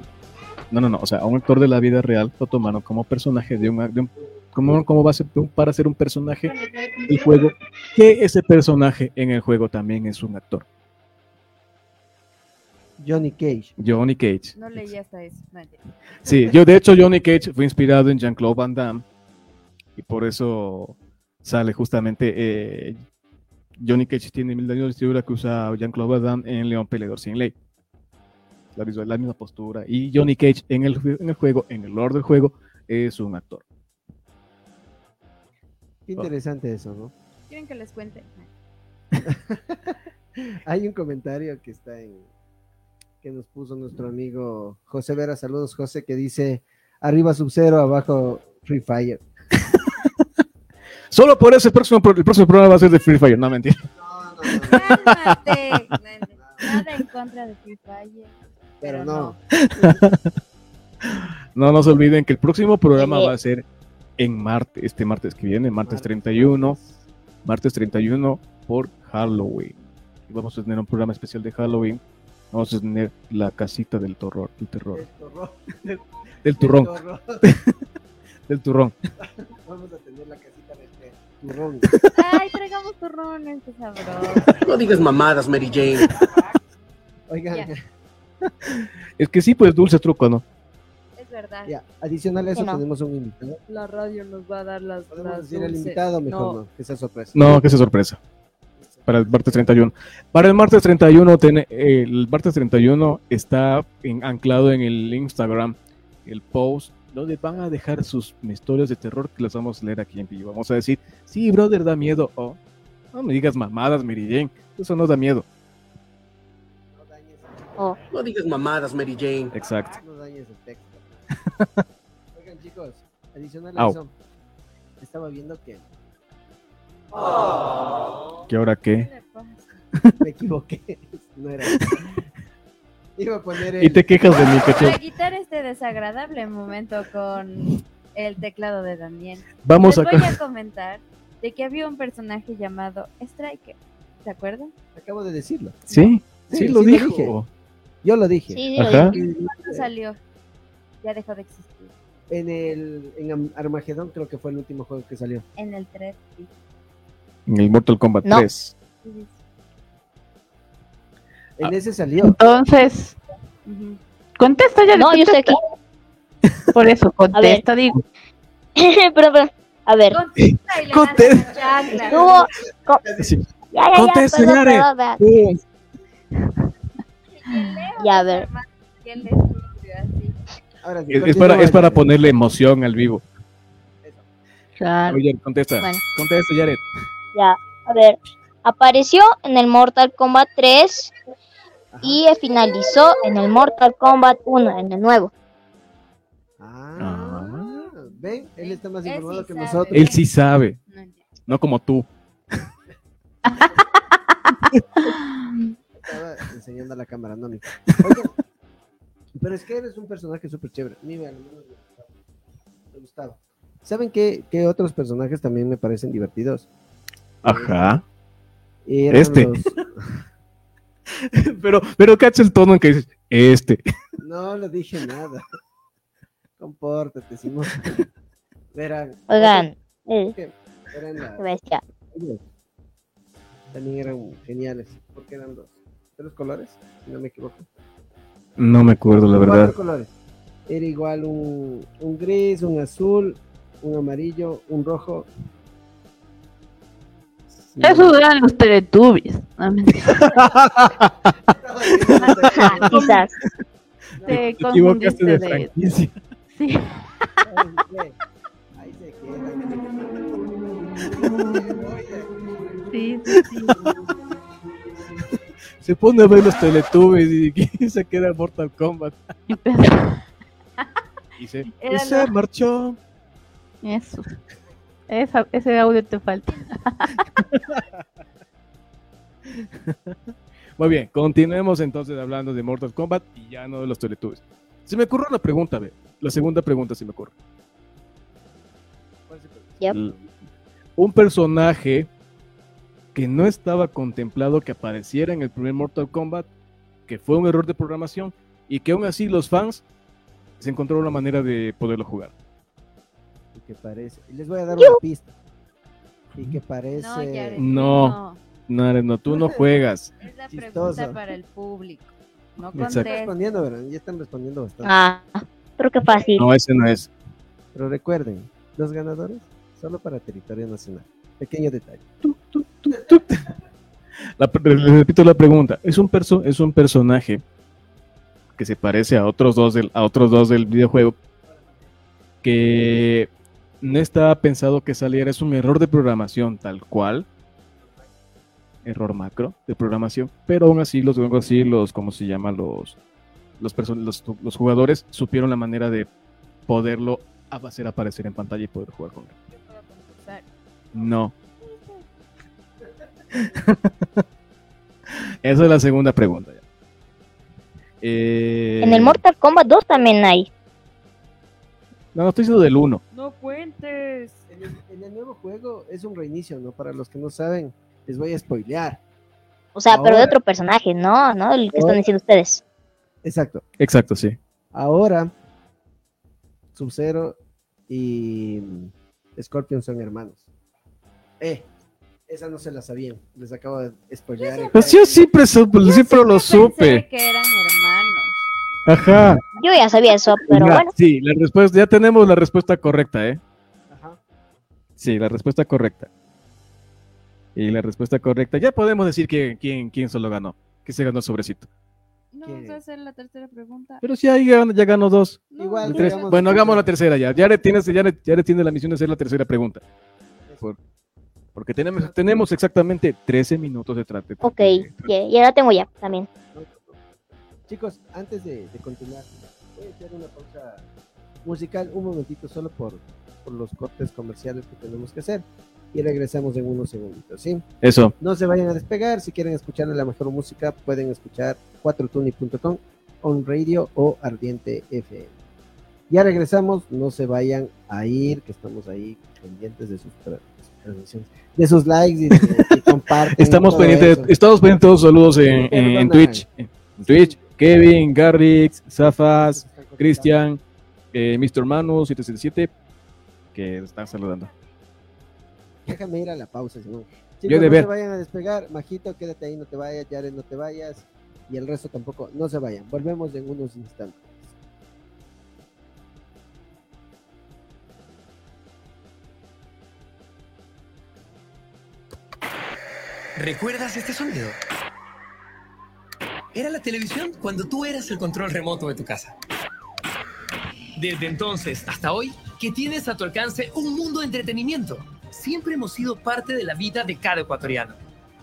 [SPEAKER 6] No, no, no, o sea, a un actor de la vida real lo tomaron como personaje de un, de un como, como base de un, para ser un personaje del juego, que ese personaje en el juego también es un actor.
[SPEAKER 9] Johnny Cage.
[SPEAKER 6] Johnny Cage.
[SPEAKER 7] No leí hasta eso. No
[SPEAKER 6] Sí, yo de hecho Johnny Cage fue inspirado en Jean-Claude Van Damme y por eso sale justamente eh, Johnny Cage tiene mil años de vestidura que usa Jean-Claude Van Damme en León Peleador sin ley. La, visual, la misma postura. Y Johnny Cage en el, en el juego, en el lore del juego, es un actor.
[SPEAKER 9] Qué
[SPEAKER 6] Oh.
[SPEAKER 9] interesante eso, ¿no?
[SPEAKER 7] ¿Quieren que les cuente?
[SPEAKER 9] Hay un comentario que está en que nos puso nuestro amigo José Vera, saludos José, que dice arriba Sub-Zero, abajo Free Fire.
[SPEAKER 6] Solo por eso el próximo, pro- el próximo programa va a ser de Free Fire, no mentira.
[SPEAKER 9] No, no, no,
[SPEAKER 7] Cálmate. Nada en contra de Free Fire.
[SPEAKER 9] pero no.
[SPEAKER 6] No nos olviden que el próximo programa
[SPEAKER 2] Sí.
[SPEAKER 6] va a ser en martes, este martes que viene, martes 31, martes 31 por Halloween. Y vamos a tener un programa especial de Halloween. Vamos a tener la casita del terror, del terror,
[SPEAKER 9] El torrón,
[SPEAKER 6] del
[SPEAKER 9] el
[SPEAKER 6] turrón,
[SPEAKER 9] torrón.
[SPEAKER 6] del turrón.
[SPEAKER 9] Vamos a tener la casita del turrón.
[SPEAKER 7] Ay, traigamos turrones, qué sabroso. [LAUGHS]
[SPEAKER 11] No digas mamadas, Mary Jane.
[SPEAKER 9] Oigan,
[SPEAKER 7] Ya.
[SPEAKER 6] Es que sí, pues dulce truco, ¿no?
[SPEAKER 7] Es verdad.
[SPEAKER 9] ya, adicional a eso
[SPEAKER 2] Sí, no.
[SPEAKER 9] tenemos un invitado.
[SPEAKER 7] La radio nos va a dar las.
[SPEAKER 9] Podemos
[SPEAKER 7] las
[SPEAKER 9] decir el
[SPEAKER 7] dulces.
[SPEAKER 9] invitado mejor,
[SPEAKER 7] No.
[SPEAKER 9] no, que sea sorpresa.
[SPEAKER 6] No, que sea sorpresa. Para el martes 31. Para el martes 31, ten- el martes 31 está en- anclado en el Instagram, el post, donde van a dejar sus historias de terror que las vamos a leer aquí en vivo. Vamos a decir, sí, brother, da miedo. O, no me digas mamadas, Mary Jane. Eso no da miedo.
[SPEAKER 9] No dañes,
[SPEAKER 2] Oh.
[SPEAKER 11] No digas mamadas, Mary Jane.
[SPEAKER 6] Exacto.
[SPEAKER 9] no dañes el
[SPEAKER 6] [LAUGHS]
[SPEAKER 9] texto. Oigan, chicos, adicional a
[SPEAKER 6] Au.
[SPEAKER 9] eso, estaba viendo que
[SPEAKER 6] ¿Qué ahora
[SPEAKER 7] ¿Qué
[SPEAKER 6] qué?
[SPEAKER 7] le pasa?
[SPEAKER 9] me equivoqué. [LAUGHS] No era. Iba a poner
[SPEAKER 6] Y
[SPEAKER 9] el.
[SPEAKER 6] te quejas de mí,
[SPEAKER 7] Para
[SPEAKER 6] cacho.
[SPEAKER 7] quitar este desagradable momento con el teclado de Daniel, les
[SPEAKER 6] Vamos a.
[SPEAKER 7] voy a comentar de que había un personaje llamado Striker. ¿Se acuerdan?
[SPEAKER 9] Acabo de decirlo.
[SPEAKER 6] Sí, sí,
[SPEAKER 9] Sí,
[SPEAKER 6] lo
[SPEAKER 9] sí lo
[SPEAKER 6] dijo.
[SPEAKER 9] dije. Yo lo dije.
[SPEAKER 2] Sí, sí, lo
[SPEAKER 6] Ajá.
[SPEAKER 2] dije.
[SPEAKER 7] ¿Cuándo salió? Ya dejó de existir.
[SPEAKER 9] En el en Am- Armagedón creo que fue el último juego que salió.
[SPEAKER 7] En el 3.
[SPEAKER 6] En el Mortal Kombat
[SPEAKER 2] No.
[SPEAKER 6] 3. Ah.
[SPEAKER 9] En ese salió.
[SPEAKER 8] Entonces, contesta ya.
[SPEAKER 2] No, yo estoy
[SPEAKER 8] contesta.
[SPEAKER 2] aquí. [LAUGHS]
[SPEAKER 8] Por eso, contesta, digo.
[SPEAKER 2] Perdón, perdón. A ver.
[SPEAKER 6] Eh,
[SPEAKER 7] Contesta y le das
[SPEAKER 6] Conte-
[SPEAKER 7] la chancla.
[SPEAKER 2] Tuvo. co-
[SPEAKER 6] Sí.
[SPEAKER 2] Ya, ya, ya,
[SPEAKER 6] Conteste,
[SPEAKER 2] perdón,
[SPEAKER 6] Yare.
[SPEAKER 2] perdón, perdón. Ya, a ver.
[SPEAKER 7] Y él le escribió así.
[SPEAKER 9] Ahora sí,
[SPEAKER 6] Es, es para, es
[SPEAKER 9] continúa,
[SPEAKER 6] para
[SPEAKER 9] Jared.
[SPEAKER 6] ponerle emoción al vivo.
[SPEAKER 8] Claro.
[SPEAKER 6] Oye, contesta.
[SPEAKER 2] Bueno.
[SPEAKER 6] Contesta, Jared.
[SPEAKER 2] Ya, a ver. Apareció en el Mortal Kombat 3 y finalizó en el Mortal Kombat 1, en el nuevo.
[SPEAKER 9] Ah, ven, él está más
[SPEAKER 7] Él sí
[SPEAKER 9] informado que
[SPEAKER 7] sabe.
[SPEAKER 9] nosotros.
[SPEAKER 6] Él sí sabe,
[SPEAKER 7] No entiendo.
[SPEAKER 6] no como tú.
[SPEAKER 9] Estaba enseñando a la cámara, no a mí. Oigan, pero es que eres un personaje súper chévere. A mí me- al menos me gustaba. Me gustaba. ¿Saben qué, qué otros personajes también me parecen divertidos? Eh,
[SPEAKER 6] Ajá.
[SPEAKER 9] Eran
[SPEAKER 6] Este.
[SPEAKER 9] los-
[SPEAKER 6] Pero, pero cacha el tono en que dices, este.
[SPEAKER 9] No le dije nada. [LAUGHS] Compórtate, Simón. Verán.
[SPEAKER 2] Oigan, eh,
[SPEAKER 9] Eran la-
[SPEAKER 2] qué bestia.
[SPEAKER 9] ellos también eran geniales, porque eran dos. ¿Tres colores? Si no me equivoco.
[SPEAKER 6] No me acuerdo, la
[SPEAKER 9] Cuatro
[SPEAKER 6] verdad.
[SPEAKER 9] colores. Era igual un, un gris, un azul, un amarillo, un rojo. Sí. [LAUGHS]
[SPEAKER 8] Eso eran los Teletubbies. No, mentira.
[SPEAKER 2] Ah, quizás.
[SPEAKER 8] Te
[SPEAKER 6] Te equivocaste
[SPEAKER 8] confundiste
[SPEAKER 6] de
[SPEAKER 8] de-
[SPEAKER 6] franquicia.
[SPEAKER 8] [LAUGHS] Sí.
[SPEAKER 9] Ay, güey. Ahí se queda. Oye,
[SPEAKER 8] Sí, sí, sí.
[SPEAKER 6] Se pone a ver los Teletubbies y [LAUGHS] ¿quién se queda en Mortal Kombat. Y se,
[SPEAKER 8] Era
[SPEAKER 6] y se marchó.
[SPEAKER 8] Eso. Esa- ese audio te falta.
[SPEAKER 6] Muy bien, continuemos entonces hablando de Mortal Kombat y ya no de los Teletubbies. Se me ocurre una pregunta, ve. La segunda pregunta se me ocurre.
[SPEAKER 2] Yep.
[SPEAKER 6] L- Un personaje que no estaba contemplado que apareciera en el primer Mortal Kombat, que fue un error de programación y que aún así los fans se encontraron la manera de poderlo jugar.
[SPEAKER 9] Y que parece. Les voy a dar una pista. Y que parece.
[SPEAKER 7] No, Jared,
[SPEAKER 6] No, no, no, tú no juegas.
[SPEAKER 7] Es la
[SPEAKER 9] Chistoso.
[SPEAKER 7] pregunta para el público. No
[SPEAKER 6] Exacto.
[SPEAKER 9] Están
[SPEAKER 7] contestes.
[SPEAKER 9] respondiendo, ¿verdad? Ya están respondiendo bastante.
[SPEAKER 2] Ah, pero qué fácil.
[SPEAKER 6] No, ese no es.
[SPEAKER 9] Pero recuerden, los ganadores solo para territorio nacional. Pequeño detalle.
[SPEAKER 6] La pre- le repito la pregunta. Es un, perso- es un personaje que se parece a otros dos del, a otros dos del videojuego que no estaba pensado que saliera. Es un error de programación tal cual. Error macro de programación. Pero aún así los, aún así los ¿cómo se llama? Los, los, perso- los, los jugadores supieron la manera de poderlo hacer aparecer en pantalla y poder jugar con él. No. Esa es la segunda pregunta. ya. Eh,
[SPEAKER 2] En el Mortal Kombat 2 también hay.
[SPEAKER 6] No, no estoy diciendo del 1.
[SPEAKER 7] No cuentes.
[SPEAKER 9] En el, en el nuevo juego es un reinicio, ¿no? Para los que no saben, les voy a spoilear.
[SPEAKER 2] O sea, pero de
[SPEAKER 9] Ahora-
[SPEAKER 2] otro personaje, no, no, el que
[SPEAKER 6] Oh.
[SPEAKER 2] están
[SPEAKER 9] Ahora-
[SPEAKER 2] diciendo ustedes.
[SPEAKER 9] Exacto.
[SPEAKER 6] Exacto, sí.
[SPEAKER 9] Ahora, Sub-Zero y mm, Scorpion son hermanos. Eh, esa no se la sabían. Les acabo de spoilear. en
[SPEAKER 6] Pues
[SPEAKER 9] cara.
[SPEAKER 6] yo siempre, sup- siempre Pues lo
[SPEAKER 7] Pensé
[SPEAKER 6] supe.
[SPEAKER 7] que eran hermanos.
[SPEAKER 6] Ajá.
[SPEAKER 2] Yo ya sabía eso, pero
[SPEAKER 6] Ya,
[SPEAKER 2] bueno,
[SPEAKER 6] Sí, la respuesta, ya tenemos la respuesta correcta, ¿eh?
[SPEAKER 9] Ajá.
[SPEAKER 6] Sí, la respuesta correcta. Y la respuesta correcta. Ya podemos decir que, quién, quién se lo ganó. Que se ganó el sobrecito.
[SPEAKER 7] No,
[SPEAKER 9] ¿Quién?
[SPEAKER 7] vas a hacer la tercera pregunta.
[SPEAKER 6] Pero sí, ahí ganó- ya ganó dos.
[SPEAKER 7] No,
[SPEAKER 9] Igual,
[SPEAKER 7] no,
[SPEAKER 6] Tres.
[SPEAKER 9] digamos-
[SPEAKER 6] Bueno, hagamos la tercera ya. Jared tiene, Jared- Jared tiene la misión de hacer la tercera pregunta. Por- porque tenemos, tenemos exactamente 13 minutos de trate.
[SPEAKER 2] ok, ya, ya la tengo ya también.
[SPEAKER 9] Chicos, antes de, de continuar, voy a hacer una pausa musical un momentito solo por, por los cortes comerciales que tenemos que hacer. Y regresamos en unos segunditos, ¿sí?
[SPEAKER 6] Eso.
[SPEAKER 9] No se vayan a despegar. Si quieren escuchar la mejor música, pueden escuchar 4tuni.com, on radio o ardiente FM. Ya regresamos. No se vayan a ir, que estamos ahí pendientes de sus tra- de sus transmisiones, de sus likes y, de,
[SPEAKER 6] [LAUGHS]
[SPEAKER 9] y comparten.
[SPEAKER 6] Estamos
[SPEAKER 9] todo
[SPEAKER 6] pendientes,
[SPEAKER 9] eso.
[SPEAKER 6] estamos pendientes de los saludos en, en
[SPEAKER 9] Perdona.
[SPEAKER 6] Twitch. En Twitch, Kevin, Garrix, Zafas, Cristian, eh, Mr. Manu 777, que están saludando.
[SPEAKER 9] Déjame ir a la pausa, Simón.
[SPEAKER 6] Yo
[SPEAKER 9] Chicos,
[SPEAKER 6] de
[SPEAKER 9] no
[SPEAKER 6] ver.
[SPEAKER 9] se vayan a despegar. Majito, quédate ahí, no te vayas. Jared, no te vayas. Y el resto tampoco. No se vayan. Volvemos en unos instantes.
[SPEAKER 11] ¿Recuerdas este sonido? Era la televisión cuando tú eras el control remoto de tu casa. Desde entonces hasta hoy, que tienes a tu alcance un mundo de entretenimiento. Siempre hemos sido parte de la vida de cada ecuatoriano.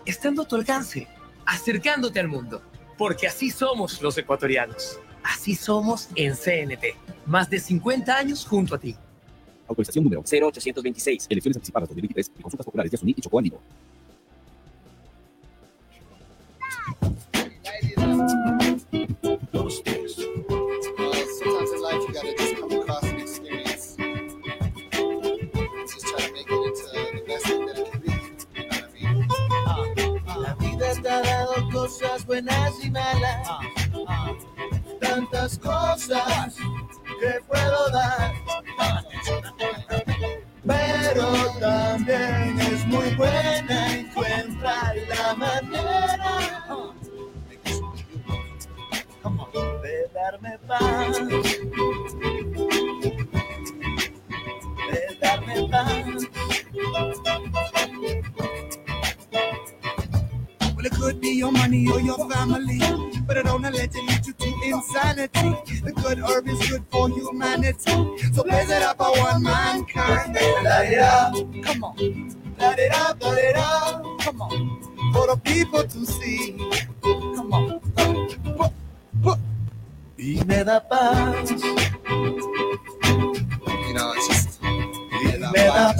[SPEAKER 11] Estando a tu alcance, acercándote al mundo. Porque así somos los ecuatorianos. Así somos en CNT. Más de 50 años junto a ti.
[SPEAKER 12] Autorización número 0826. Elecciones anticipadas 2023 y consultas populares de Asuní y Chocó Andino.
[SPEAKER 13] La vida te ha dado cosas buenas y malas, tantas cosas que puedo dar, pero también es muy buena encontrar la manera de darme paz, de darme paz. Well, it could be your money or your family, but it only let you lead you to insanity. The good herb is good for humanity, so blaze it up for one mankind. Light it up, come on. Light it up, light it up, come on. For the people to see, come on. Pu- pu- Y me da paz.
[SPEAKER 14] You know, it's just being that
[SPEAKER 13] Let us-
[SPEAKER 14] last.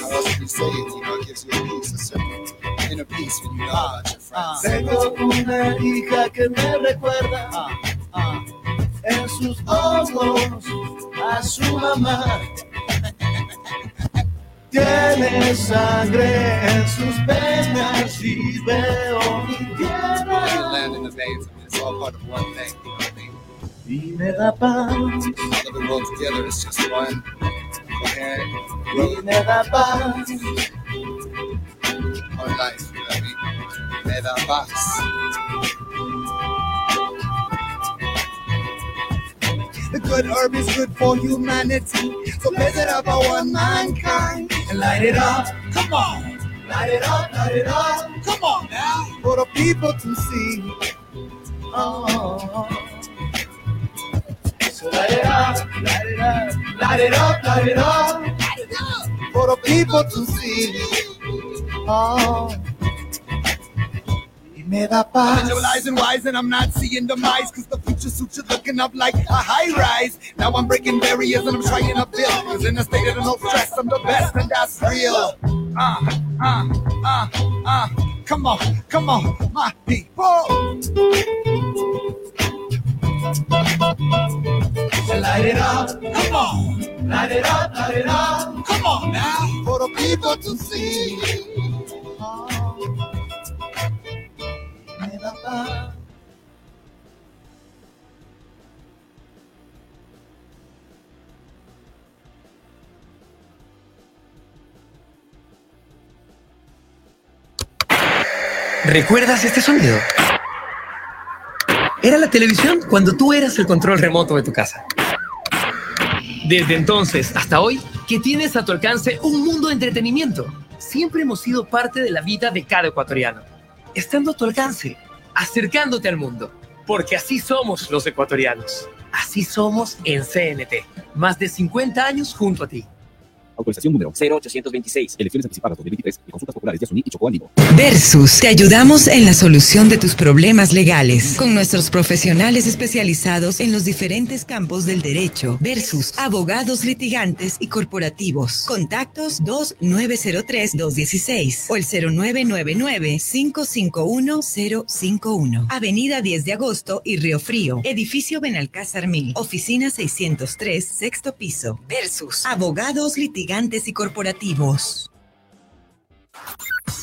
[SPEAKER 14] How else can you say it? You know, it gives you a peace, a certain inner peace when you know about your friends.
[SPEAKER 13] Tengo una hija que me recuerda en sus ojos a su mamá. Tiene sangre en sus venas y veo mi tierra.
[SPEAKER 14] land in the veins. I mean, it's all part of one thing. You know what I mean?
[SPEAKER 13] Y me da paz,
[SPEAKER 14] All of it rolled together is just one coherent
[SPEAKER 13] y me da paz.
[SPEAKER 14] on life. You know what I mean? Me da paz.
[SPEAKER 13] The good herb is good for humanity. So blaze it up, I want mankind. And light it up, come on. Light it up, light it up. Come on now. For the people to see. Oh. So light it up, light it up. Light it up, light it up. Light it up. For the people to see. Oh. Y me da
[SPEAKER 14] I'm
[SPEAKER 13] paz.
[SPEAKER 14] visualizing wise and I'm not seeing demise Cause the future suits you looking up like a high rise Now I'm breaking barriers and I'm trying to build Cause in a state of no stress I'm the best and that's real
[SPEAKER 13] uh, uh, uh, uh. Come on, come on, my people. Light it up, come on. Light it up, light it up. Come on now, for the people to see.
[SPEAKER 11] ¿Recuerdas este sonido? Era la televisión cuando tú eras el control remoto de tu casa. Desde entonces hasta hoy, que tienes a tu alcance un mundo de entretenimiento. Siempre hemos sido parte de la vida de cada ecuatoriano. Estando a tu alcance, acercándote al mundo. Porque así somos los ecuatorianos. Así somos en CNT. Más de 50 años junto a ti.
[SPEAKER 12] Autorización número 0826. Elecciones anticipadas 2023 y consultas populares de Asuní y Chocó Ánimo.
[SPEAKER 15] Versus, te ayudamos en la solución de tus problemas legales con nuestros profesionales especializados en los diferentes campos del derecho. Versus, abogados litigantes y corporativos. Contactos 2903-216 o el 0999-551-051. Avenida 10 de agosto y Río Frío. Edificio Benalcázar 1000. Oficina 603, sexto piso. Versus, abogados litigantes y corporativos.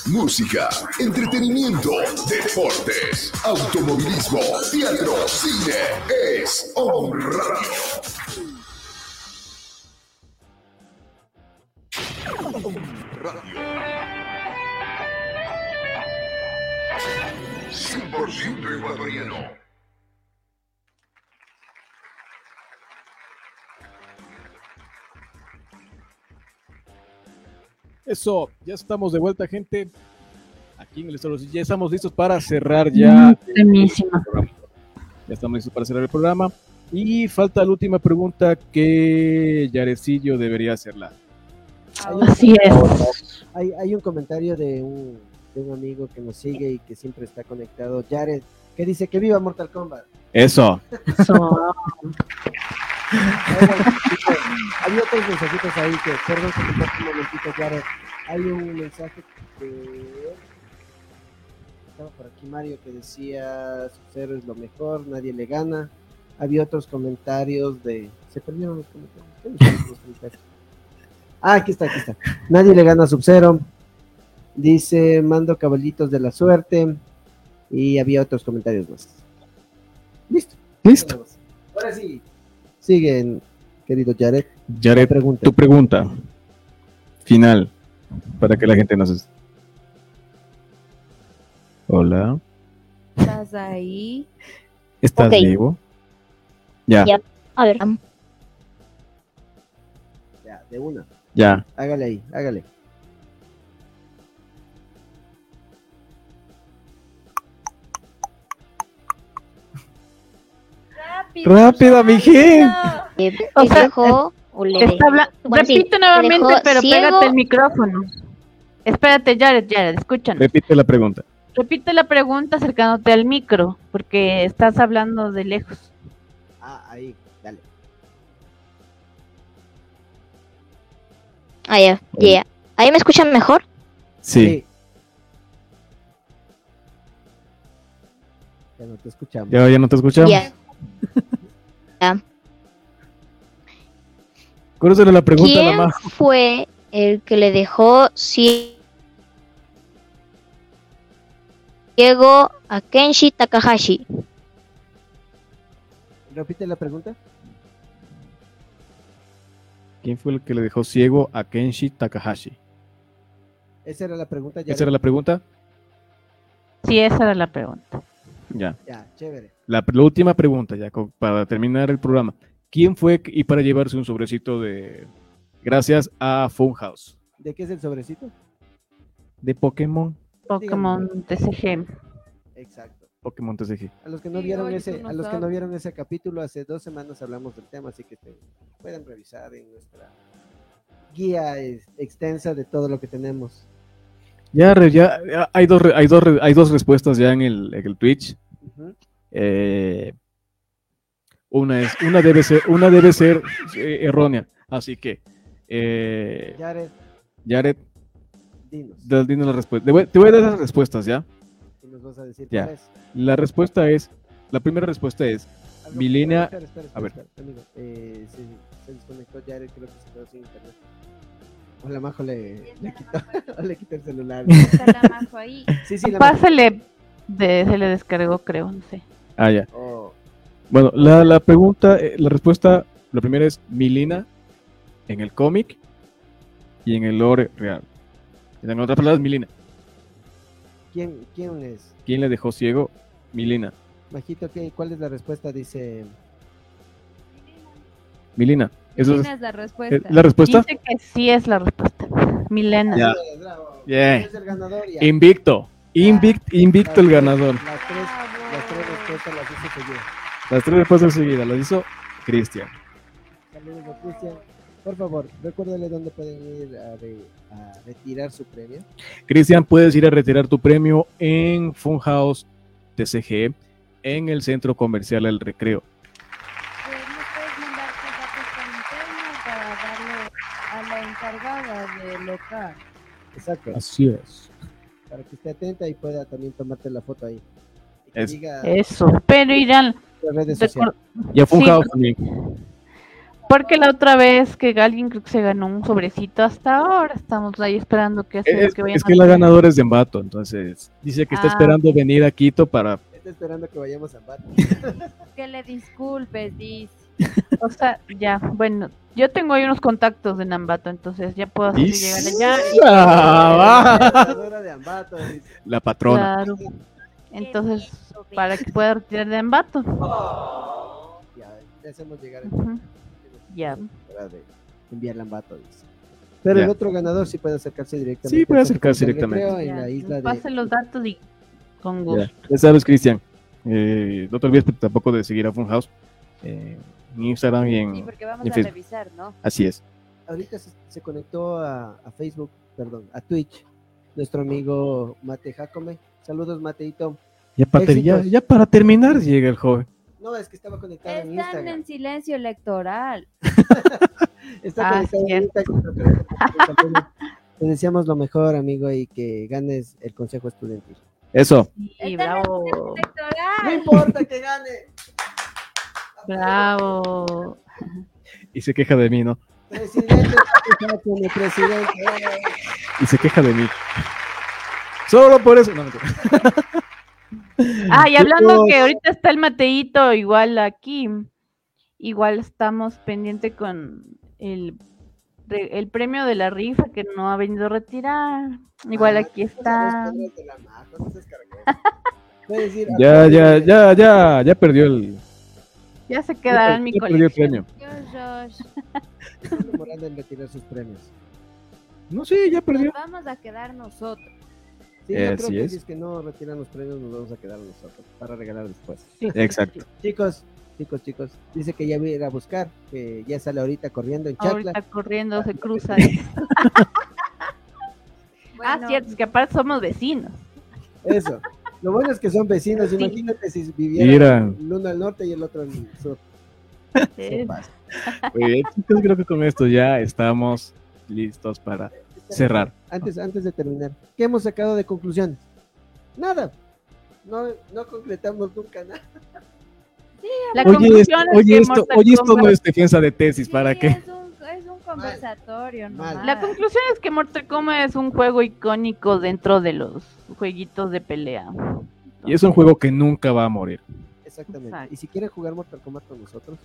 [SPEAKER 16] Música, entretenimiento, deportes, automovilismo, teatro, cine. Es On Radio. Radio. 100% ecuatoriano.
[SPEAKER 6] Eso, ya estamos de vuelta, gente. Aquí en el Estado de los- Ya estamos listos para cerrar ya.
[SPEAKER 8] Mm,
[SPEAKER 6] el programa. Ya estamos listos para cerrar el programa. Y falta la última pregunta que Yarecillo debería hacerla.
[SPEAKER 8] Así es.
[SPEAKER 9] Hay, hay un comentario de un, de un amigo que nos sigue y que siempre está conectado, Jared, que dice que viva Mortal Kombat.
[SPEAKER 6] Eso.
[SPEAKER 9] [LAUGHS] Hay otros mensajitos ahí que, perdón, que te corte un momentito, Jared. Hay un mensaje que estaba por aquí Mario que decía, cero es lo mejor, nadie le gana. Había otros comentarios de... Se perdieron los comentarios. ¿Qué nos perdieron los comentarios? Ah, aquí está, aquí está. Nadie le gana a Sub-Zero. Dice, mando caballitos de la suerte. Y había otros comentarios más. Listo. Listo. Ahora sí. Siguen, querido Jared.
[SPEAKER 6] Yaret, tu pregunta final para que la gente nos. es- Hola,
[SPEAKER 7] ¿Estás ahí?
[SPEAKER 6] ¿estás
[SPEAKER 7] Ok.
[SPEAKER 6] vivo? Ya, ya,
[SPEAKER 2] A ver.
[SPEAKER 9] Ya, de una.
[SPEAKER 6] ya.
[SPEAKER 9] Hágale ahí, hágale.
[SPEAKER 6] Rápida, mi gente.
[SPEAKER 2] O
[SPEAKER 8] sea,
[SPEAKER 2] dejó o le
[SPEAKER 8] Está
[SPEAKER 2] dejó?
[SPEAKER 8] habla-
[SPEAKER 2] Bueno, sí,
[SPEAKER 8] Repite
[SPEAKER 2] le
[SPEAKER 8] nuevamente,
[SPEAKER 2] dejó
[SPEAKER 8] pero
[SPEAKER 2] ciego.
[SPEAKER 8] pégate el micrófono. Espérate, Jared, Jared, escúchanos.
[SPEAKER 6] Repite la pregunta.
[SPEAKER 8] Repite la pregunta acercándote al micro, porque estás hablando de lejos.
[SPEAKER 9] Ah, ahí, dale.
[SPEAKER 2] Ah, ya, ya, ya. ¿Ahí me escuchan mejor?
[SPEAKER 6] Sí,
[SPEAKER 9] Ya no te escuchamos.
[SPEAKER 6] ya, ya no te escuchamos.
[SPEAKER 2] Ya. Ya.
[SPEAKER 6] ¿Cuál era la pregunta,
[SPEAKER 2] ¿Quién
[SPEAKER 6] nomás?
[SPEAKER 2] fue el que le dejó ciego a Kenshi Takahashi.
[SPEAKER 9] Repite la pregunta.
[SPEAKER 6] ¿Quién fue el que le dejó ciego a Kenshi Takahashi?
[SPEAKER 9] Esa era la pregunta. ya
[SPEAKER 6] ¿Esa era la pregunta?
[SPEAKER 8] Sí, esa era la pregunta.
[SPEAKER 6] Ya.
[SPEAKER 9] Ya, chévere.
[SPEAKER 6] La, la última pregunta, ya, co- para terminar el programa. ¿Quién fue que- y para llevarse un sobrecito de. Gracias a Funhouse.
[SPEAKER 9] ¿De qué es el sobrecito?
[SPEAKER 6] De Pokémon.
[SPEAKER 8] Pokémon TCG.
[SPEAKER 9] Exacto.
[SPEAKER 6] Pokémon TCG.
[SPEAKER 9] A los que no
[SPEAKER 8] Sí,
[SPEAKER 9] vieron
[SPEAKER 8] oye,
[SPEAKER 9] ese,
[SPEAKER 8] tú no
[SPEAKER 9] a los que no
[SPEAKER 8] sabes.
[SPEAKER 9] vieron ese capítulo hace dos semanas hablamos del tema, así que te- pueden revisar en nuestra guía es- extensa de todo lo que tenemos.
[SPEAKER 6] Ya, re- ya, ya hay, dos, re- hay, dos, re- hay dos respuestas ya en el, en el Twitch.
[SPEAKER 9] Ujú.
[SPEAKER 6] Eh, una es, una debe ser, una debe ser eh, errónea. Así que, eh,
[SPEAKER 9] Jared,
[SPEAKER 6] Jared,
[SPEAKER 9] dinos,
[SPEAKER 6] da- dinos la respuesta. Te voy, te voy a dar las respuestas, ¿ya?
[SPEAKER 9] y nos vas a decir
[SPEAKER 6] Ya.
[SPEAKER 9] cuál es.
[SPEAKER 6] La respuesta es, la primera respuesta es,
[SPEAKER 9] Algo-
[SPEAKER 6] Milena,
[SPEAKER 9] espera, espera, espera,
[SPEAKER 6] a ver,
[SPEAKER 9] espera, amigo. Eh, sí, se, desconectó Jared, creo que se quedó sin internet. O la Majo le, le quitó, [LAUGHS] le quitó el celular.
[SPEAKER 7] Está la
[SPEAKER 6] [LAUGHS]
[SPEAKER 7] Majo ahí.
[SPEAKER 9] Sí, sí, la
[SPEAKER 8] Capaz
[SPEAKER 9] Majo.
[SPEAKER 8] se le, de- se le descargó, creo, no sé.
[SPEAKER 6] ah, ya.
[SPEAKER 9] Oh,
[SPEAKER 6] Bueno, la, la pregunta, eh, la respuesta, la primera es Milena en el cómic y en el lore real. En otras palabras, Milena.
[SPEAKER 9] ¿quién, ¿Quién es?
[SPEAKER 6] ¿Quién le dejó ciego? Milena.
[SPEAKER 9] Majito, ¿qué, ¿cuál es la respuesta? Dice...
[SPEAKER 6] Milena. ¿Es la- eh,
[SPEAKER 7] Milena es la respuesta.
[SPEAKER 6] ¿La respuesta?
[SPEAKER 8] Dice que sí es la respuesta. Milena.
[SPEAKER 6] Ya.
[SPEAKER 9] Bravo.
[SPEAKER 6] Yeah.
[SPEAKER 9] Es el ganador ya.
[SPEAKER 6] Invicto. Invict- invicto el ganador.
[SPEAKER 9] Las tres, las tres respuestas las hice que yo.
[SPEAKER 6] Las tres respuestas seguidas las hizo Cristian.
[SPEAKER 9] Saludos a Cristian. Por favor, recuérdale dónde pueden ir a, re- a retirar su premio.
[SPEAKER 6] Cristian, puedes ir a retirar tu premio en Funhouse TCG en el centro comercial El Recreo.
[SPEAKER 7] Pues, ¿nos puedes mandar tus datos por interno para darle a la encargada de local?
[SPEAKER 9] Exacto.
[SPEAKER 6] Así es.
[SPEAKER 9] Para que esté atenta y pueda también tomarte la foto ahí. Y que
[SPEAKER 6] Es-
[SPEAKER 9] diga
[SPEAKER 8] Eso. Pero irán.
[SPEAKER 9] las redes
[SPEAKER 8] de
[SPEAKER 9] sociales.
[SPEAKER 6] Y a
[SPEAKER 8] Sí,
[SPEAKER 6] Funhouse también.
[SPEAKER 8] Porque la otra vez que alguien creo que se ganó un sobrecito, hasta ahora estamos ahí esperando que, hacer,
[SPEAKER 6] Eh, Es,
[SPEAKER 8] que vayan
[SPEAKER 6] es que
[SPEAKER 8] a-
[SPEAKER 6] la ganadora es de Embato, entonces dice que está
[SPEAKER 8] Ah.
[SPEAKER 6] esperando venir a Quito para...
[SPEAKER 9] Está esperando que vayamos a
[SPEAKER 8] [LAUGHS]
[SPEAKER 9] Ambato.
[SPEAKER 7] Que le disculpes, dice.
[SPEAKER 8] O sea, ya, bueno, yo tengo ahí unos contactos de Nambato, entonces ya puedo hacer
[SPEAKER 6] Y-
[SPEAKER 8] llegar allá.
[SPEAKER 6] Ah,
[SPEAKER 9] La
[SPEAKER 6] va.
[SPEAKER 9] ganadora de Ambato. dice.
[SPEAKER 6] La patrona.
[SPEAKER 8] Claro. Entonces, para que pueda retirar de Nambato.
[SPEAKER 9] Ya, le hacemos llegar el
[SPEAKER 8] Ujú. Ya.
[SPEAKER 9] para de enviarla a Ambato. dice. Pero
[SPEAKER 6] Ya.
[SPEAKER 9] el otro ganador sí puede acercarse directamente.
[SPEAKER 6] Sí, puede
[SPEAKER 9] al centro
[SPEAKER 6] acercarse
[SPEAKER 9] del recreo
[SPEAKER 6] directamente.
[SPEAKER 9] En
[SPEAKER 8] Ya,
[SPEAKER 9] la isla de...
[SPEAKER 8] Pasen los datos y con
[SPEAKER 6] Ya,
[SPEAKER 8] gusto.
[SPEAKER 6] ya sabes, Cristian. eh, no te olvides tampoco de seguir a Funhouse eh, en Instagram y en...
[SPEAKER 7] Sí, porque vamos
[SPEAKER 6] en
[SPEAKER 7] a
[SPEAKER 6] Facebook.
[SPEAKER 7] revisar, ¿no?
[SPEAKER 6] Así es.
[SPEAKER 9] ahorita se, se conectó a, a Facebook, perdón, a Twitch, nuestro amigo Mate Jacome. Saludos, Mateito.
[SPEAKER 6] Ya para, ter- ya-
[SPEAKER 9] Éxitos.
[SPEAKER 6] ya para terminar llega el joven.
[SPEAKER 9] No, es que estaba conectado en
[SPEAKER 7] Están
[SPEAKER 9] Instagram.
[SPEAKER 7] en silencio electoral.
[SPEAKER 9] Está
[SPEAKER 8] Ah,
[SPEAKER 9] conectado en
[SPEAKER 8] cierto.
[SPEAKER 9] Instagram. pero creo que está conectado. [LAUGHS] Te deseamos lo mejor, amigo, y que ganes el consejo estudiantil.
[SPEAKER 6] Eso.
[SPEAKER 8] Y
[SPEAKER 7] Están en silencio
[SPEAKER 8] bravo,
[SPEAKER 9] No
[SPEAKER 7] electoral.
[SPEAKER 9] importa que gane.
[SPEAKER 8] bravo.
[SPEAKER 6] Y se queja de mí, ¿no?
[SPEAKER 9] [LAUGHS] Presidente, Jacome, presidente.
[SPEAKER 6] Y se queja de mí. Solo por eso. No, mentira.
[SPEAKER 8] Ah, y hablando
[SPEAKER 6] Chicos.
[SPEAKER 8] que ahorita está el Mateito igual aquí, igual estamos pendiente con el, re- el premio de la rifa que no ha venido a retirar. Igual
[SPEAKER 9] Ah,
[SPEAKER 8] aquí
[SPEAKER 9] o sea,
[SPEAKER 8] está.
[SPEAKER 9] los pobres de la Majo, no seas cargón. Puedes ir a-
[SPEAKER 6] Ya, ya, ya, ya, ya perdió el.
[SPEAKER 8] Ya se quedará en mi
[SPEAKER 6] ya perdió el premio.
[SPEAKER 8] colección.
[SPEAKER 7] Dios, Josh,
[SPEAKER 9] Pablo Morales en retirar sus premios.
[SPEAKER 6] No, sí, ya perdió.
[SPEAKER 7] nos vamos a quedar nosotros.
[SPEAKER 9] Sí,
[SPEAKER 6] Eh,
[SPEAKER 9] yo creo
[SPEAKER 6] así
[SPEAKER 9] que
[SPEAKER 6] es.
[SPEAKER 9] si es que no retiran los premios, nos vamos a quedar nosotros para regalar después.
[SPEAKER 6] Exacto.
[SPEAKER 9] Chicos, chicos, chicos, dice que ya voy a ir a buscar, que ya sale ahorita corriendo en Chacla.
[SPEAKER 8] Ahorita corriendo se [LAUGHS] cruzan. ah,
[SPEAKER 7] Bueno,
[SPEAKER 8] cierto, es que aparte somos vecinos.
[SPEAKER 9] Eso. Lo bueno es que son vecinos,
[SPEAKER 8] Sí.
[SPEAKER 9] imagínate si
[SPEAKER 6] Mira.
[SPEAKER 9] vivieran el uno al norte y el otro al sur.
[SPEAKER 8] Sí.
[SPEAKER 9] Sopas.
[SPEAKER 6] Muy bien, chicos, creo que con esto ya estamos listos para cerrar.
[SPEAKER 9] Antes, antes de terminar, ¿qué hemos sacado de conclusiones? Nada. No, no concretamos nunca nada.
[SPEAKER 8] La
[SPEAKER 6] Oye,
[SPEAKER 8] conclusión
[SPEAKER 6] esto,
[SPEAKER 8] es que
[SPEAKER 6] oye,
[SPEAKER 8] hemos
[SPEAKER 6] esto, oye, esto
[SPEAKER 8] sacado-
[SPEAKER 6] no es defensa de tesis, ¿para
[SPEAKER 7] sí,
[SPEAKER 6] qué?
[SPEAKER 7] Es un, es un conversatorio, ¿no?
[SPEAKER 8] La conclusión es que Mortal Kombat es un juego icónico dentro de los jueguitos de pelea.
[SPEAKER 6] Y es un juego que nunca va a morir.
[SPEAKER 9] Exactamente. Y si quieren jugar Mortal Kombat con nosotros,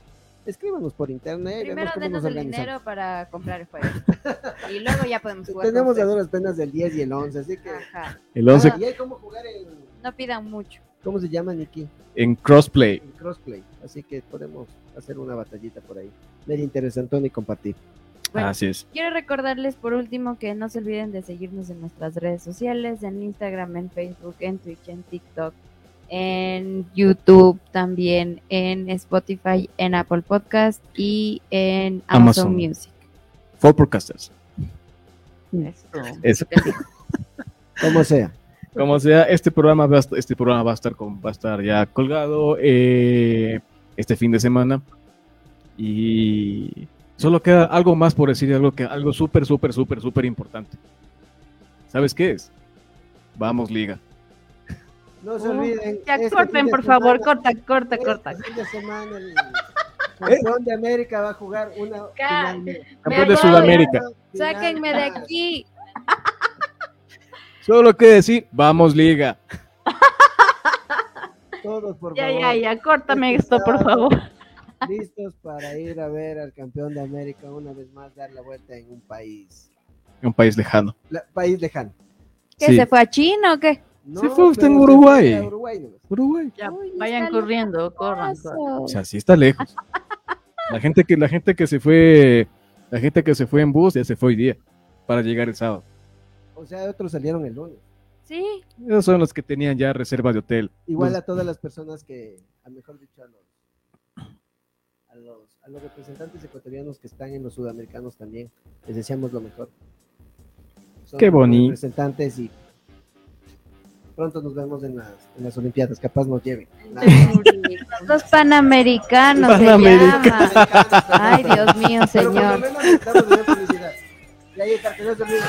[SPEAKER 9] escríbanos por internet.
[SPEAKER 7] Primero
[SPEAKER 9] vemos cómo nos
[SPEAKER 7] denos el
[SPEAKER 9] organizamos.
[SPEAKER 7] dinero para comprar el juego.
[SPEAKER 9] [LAUGHS]
[SPEAKER 7] y luego ya podemos jugar. con
[SPEAKER 9] Tenemos las
[SPEAKER 7] ustedes.
[SPEAKER 9] duras penas del 10 y el 11, así que. Ah,
[SPEAKER 7] Ajá.
[SPEAKER 6] El 11,
[SPEAKER 9] Y hay cómo jugar en.
[SPEAKER 7] No pidan mucho.
[SPEAKER 9] ¿Cómo se llama, Niki?
[SPEAKER 6] en crossplay.
[SPEAKER 9] En crossplay. Así que podemos hacer una batallita por ahí. Medio interesantón y compartir.
[SPEAKER 7] Bueno.
[SPEAKER 6] Así es.
[SPEAKER 7] Quiero recordarles por último que no se olviden de seguirnos en nuestras redes sociales, en Instagram, en Facebook, en Twitch, en TikTok, en YouTube también, en Spotify, en Apple Podcast y en Amazon,
[SPEAKER 6] Amazon.
[SPEAKER 7] Music.
[SPEAKER 6] For Podcasters. Eso.
[SPEAKER 8] [LAUGHS]
[SPEAKER 9] Como sea.
[SPEAKER 6] Como sea, este programa va a, est- este programa va a estar con, va a estar ya colgado eh, este fin de semana. Y solo queda algo más por decir, algo que algo súper, súper, súper, súper importante. ¿Sabes qué es? Vamos, Liga.
[SPEAKER 9] No se
[SPEAKER 8] Oh,
[SPEAKER 9] olviden.
[SPEAKER 8] ya
[SPEAKER 9] este
[SPEAKER 8] corten,
[SPEAKER 9] fin de
[SPEAKER 8] por favor,
[SPEAKER 9] semana-
[SPEAKER 8] corta, corta,
[SPEAKER 9] este
[SPEAKER 8] corta.
[SPEAKER 9] fin de
[SPEAKER 6] [LAUGHS]
[SPEAKER 9] semana
[SPEAKER 6] ¿Eh?
[SPEAKER 9] el campeón de América va a jugar una final.
[SPEAKER 6] Campeón de Sudamérica.
[SPEAKER 9] Final.
[SPEAKER 7] Sáquenme de aquí.
[SPEAKER 6] Solo que decir, vamos, Liga.
[SPEAKER 9] Todos, por
[SPEAKER 8] Ya,
[SPEAKER 9] favor.
[SPEAKER 8] ya, ya, córtame esto, por
[SPEAKER 9] sábado,
[SPEAKER 8] favor.
[SPEAKER 9] [LAUGHS] Listos para ir a ver al campeón de América una vez más dar la vuelta en un país.
[SPEAKER 6] Un país lejano.
[SPEAKER 9] la- país lejano.
[SPEAKER 7] ¿Qué
[SPEAKER 6] Sí.
[SPEAKER 7] se fue a China o qué?
[SPEAKER 9] No,
[SPEAKER 6] Se fue usted en
[SPEAKER 9] pero se
[SPEAKER 6] Uruguay.
[SPEAKER 9] fue a Uruguay nomás.
[SPEAKER 6] Uruguay.
[SPEAKER 8] Ya, vayan corriendo, corran, corran.
[SPEAKER 6] O sea, sí está lejos. La gente que, la gente que se fue, la gente que se fue en bus ya se fue hoy día para llegar el sábado.
[SPEAKER 9] O sea, otros salieron el lunes.
[SPEAKER 7] Sí,
[SPEAKER 6] Esos son los que tenían ya reserva de hotel.
[SPEAKER 9] Igual
[SPEAKER 6] Los-
[SPEAKER 9] a todas las personas que, a mejor dicho, a los, a los, a los representantes ecuatorianos que están en los sudamericanos también, les deseamos lo mejor. Son
[SPEAKER 6] Qué bonito.
[SPEAKER 9] Representantes y pronto nos vemos en las, en las Olimpiadas, capaz nos lleven.
[SPEAKER 7] los dos panamericanos
[SPEAKER 6] Panamericanos.
[SPEAKER 7] se llama. Ay, Dios mío,
[SPEAKER 9] Pero por lo
[SPEAKER 7] señor.
[SPEAKER 9] menos estamos en publicidad. Y ahí está, que no se olviden.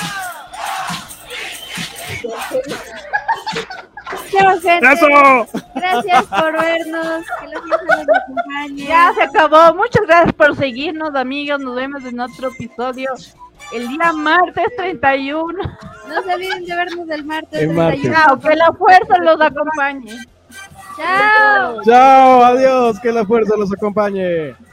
[SPEAKER 7] Chao, gente.
[SPEAKER 6] ¡Eso!
[SPEAKER 7] Gracias por vernos. Que la fiesta nos acompañe.
[SPEAKER 8] Ya se acabó. Muchas gracias por seguirnos, amigos. Nos vemos en otro episodio el día martes 31.
[SPEAKER 7] No se olviden de vernos el martes.
[SPEAKER 6] El martes.
[SPEAKER 7] 31.
[SPEAKER 8] Chao, que la fuerza los acompañe.
[SPEAKER 7] Chao.
[SPEAKER 6] Chao, adiós, que la fuerza los acompañe.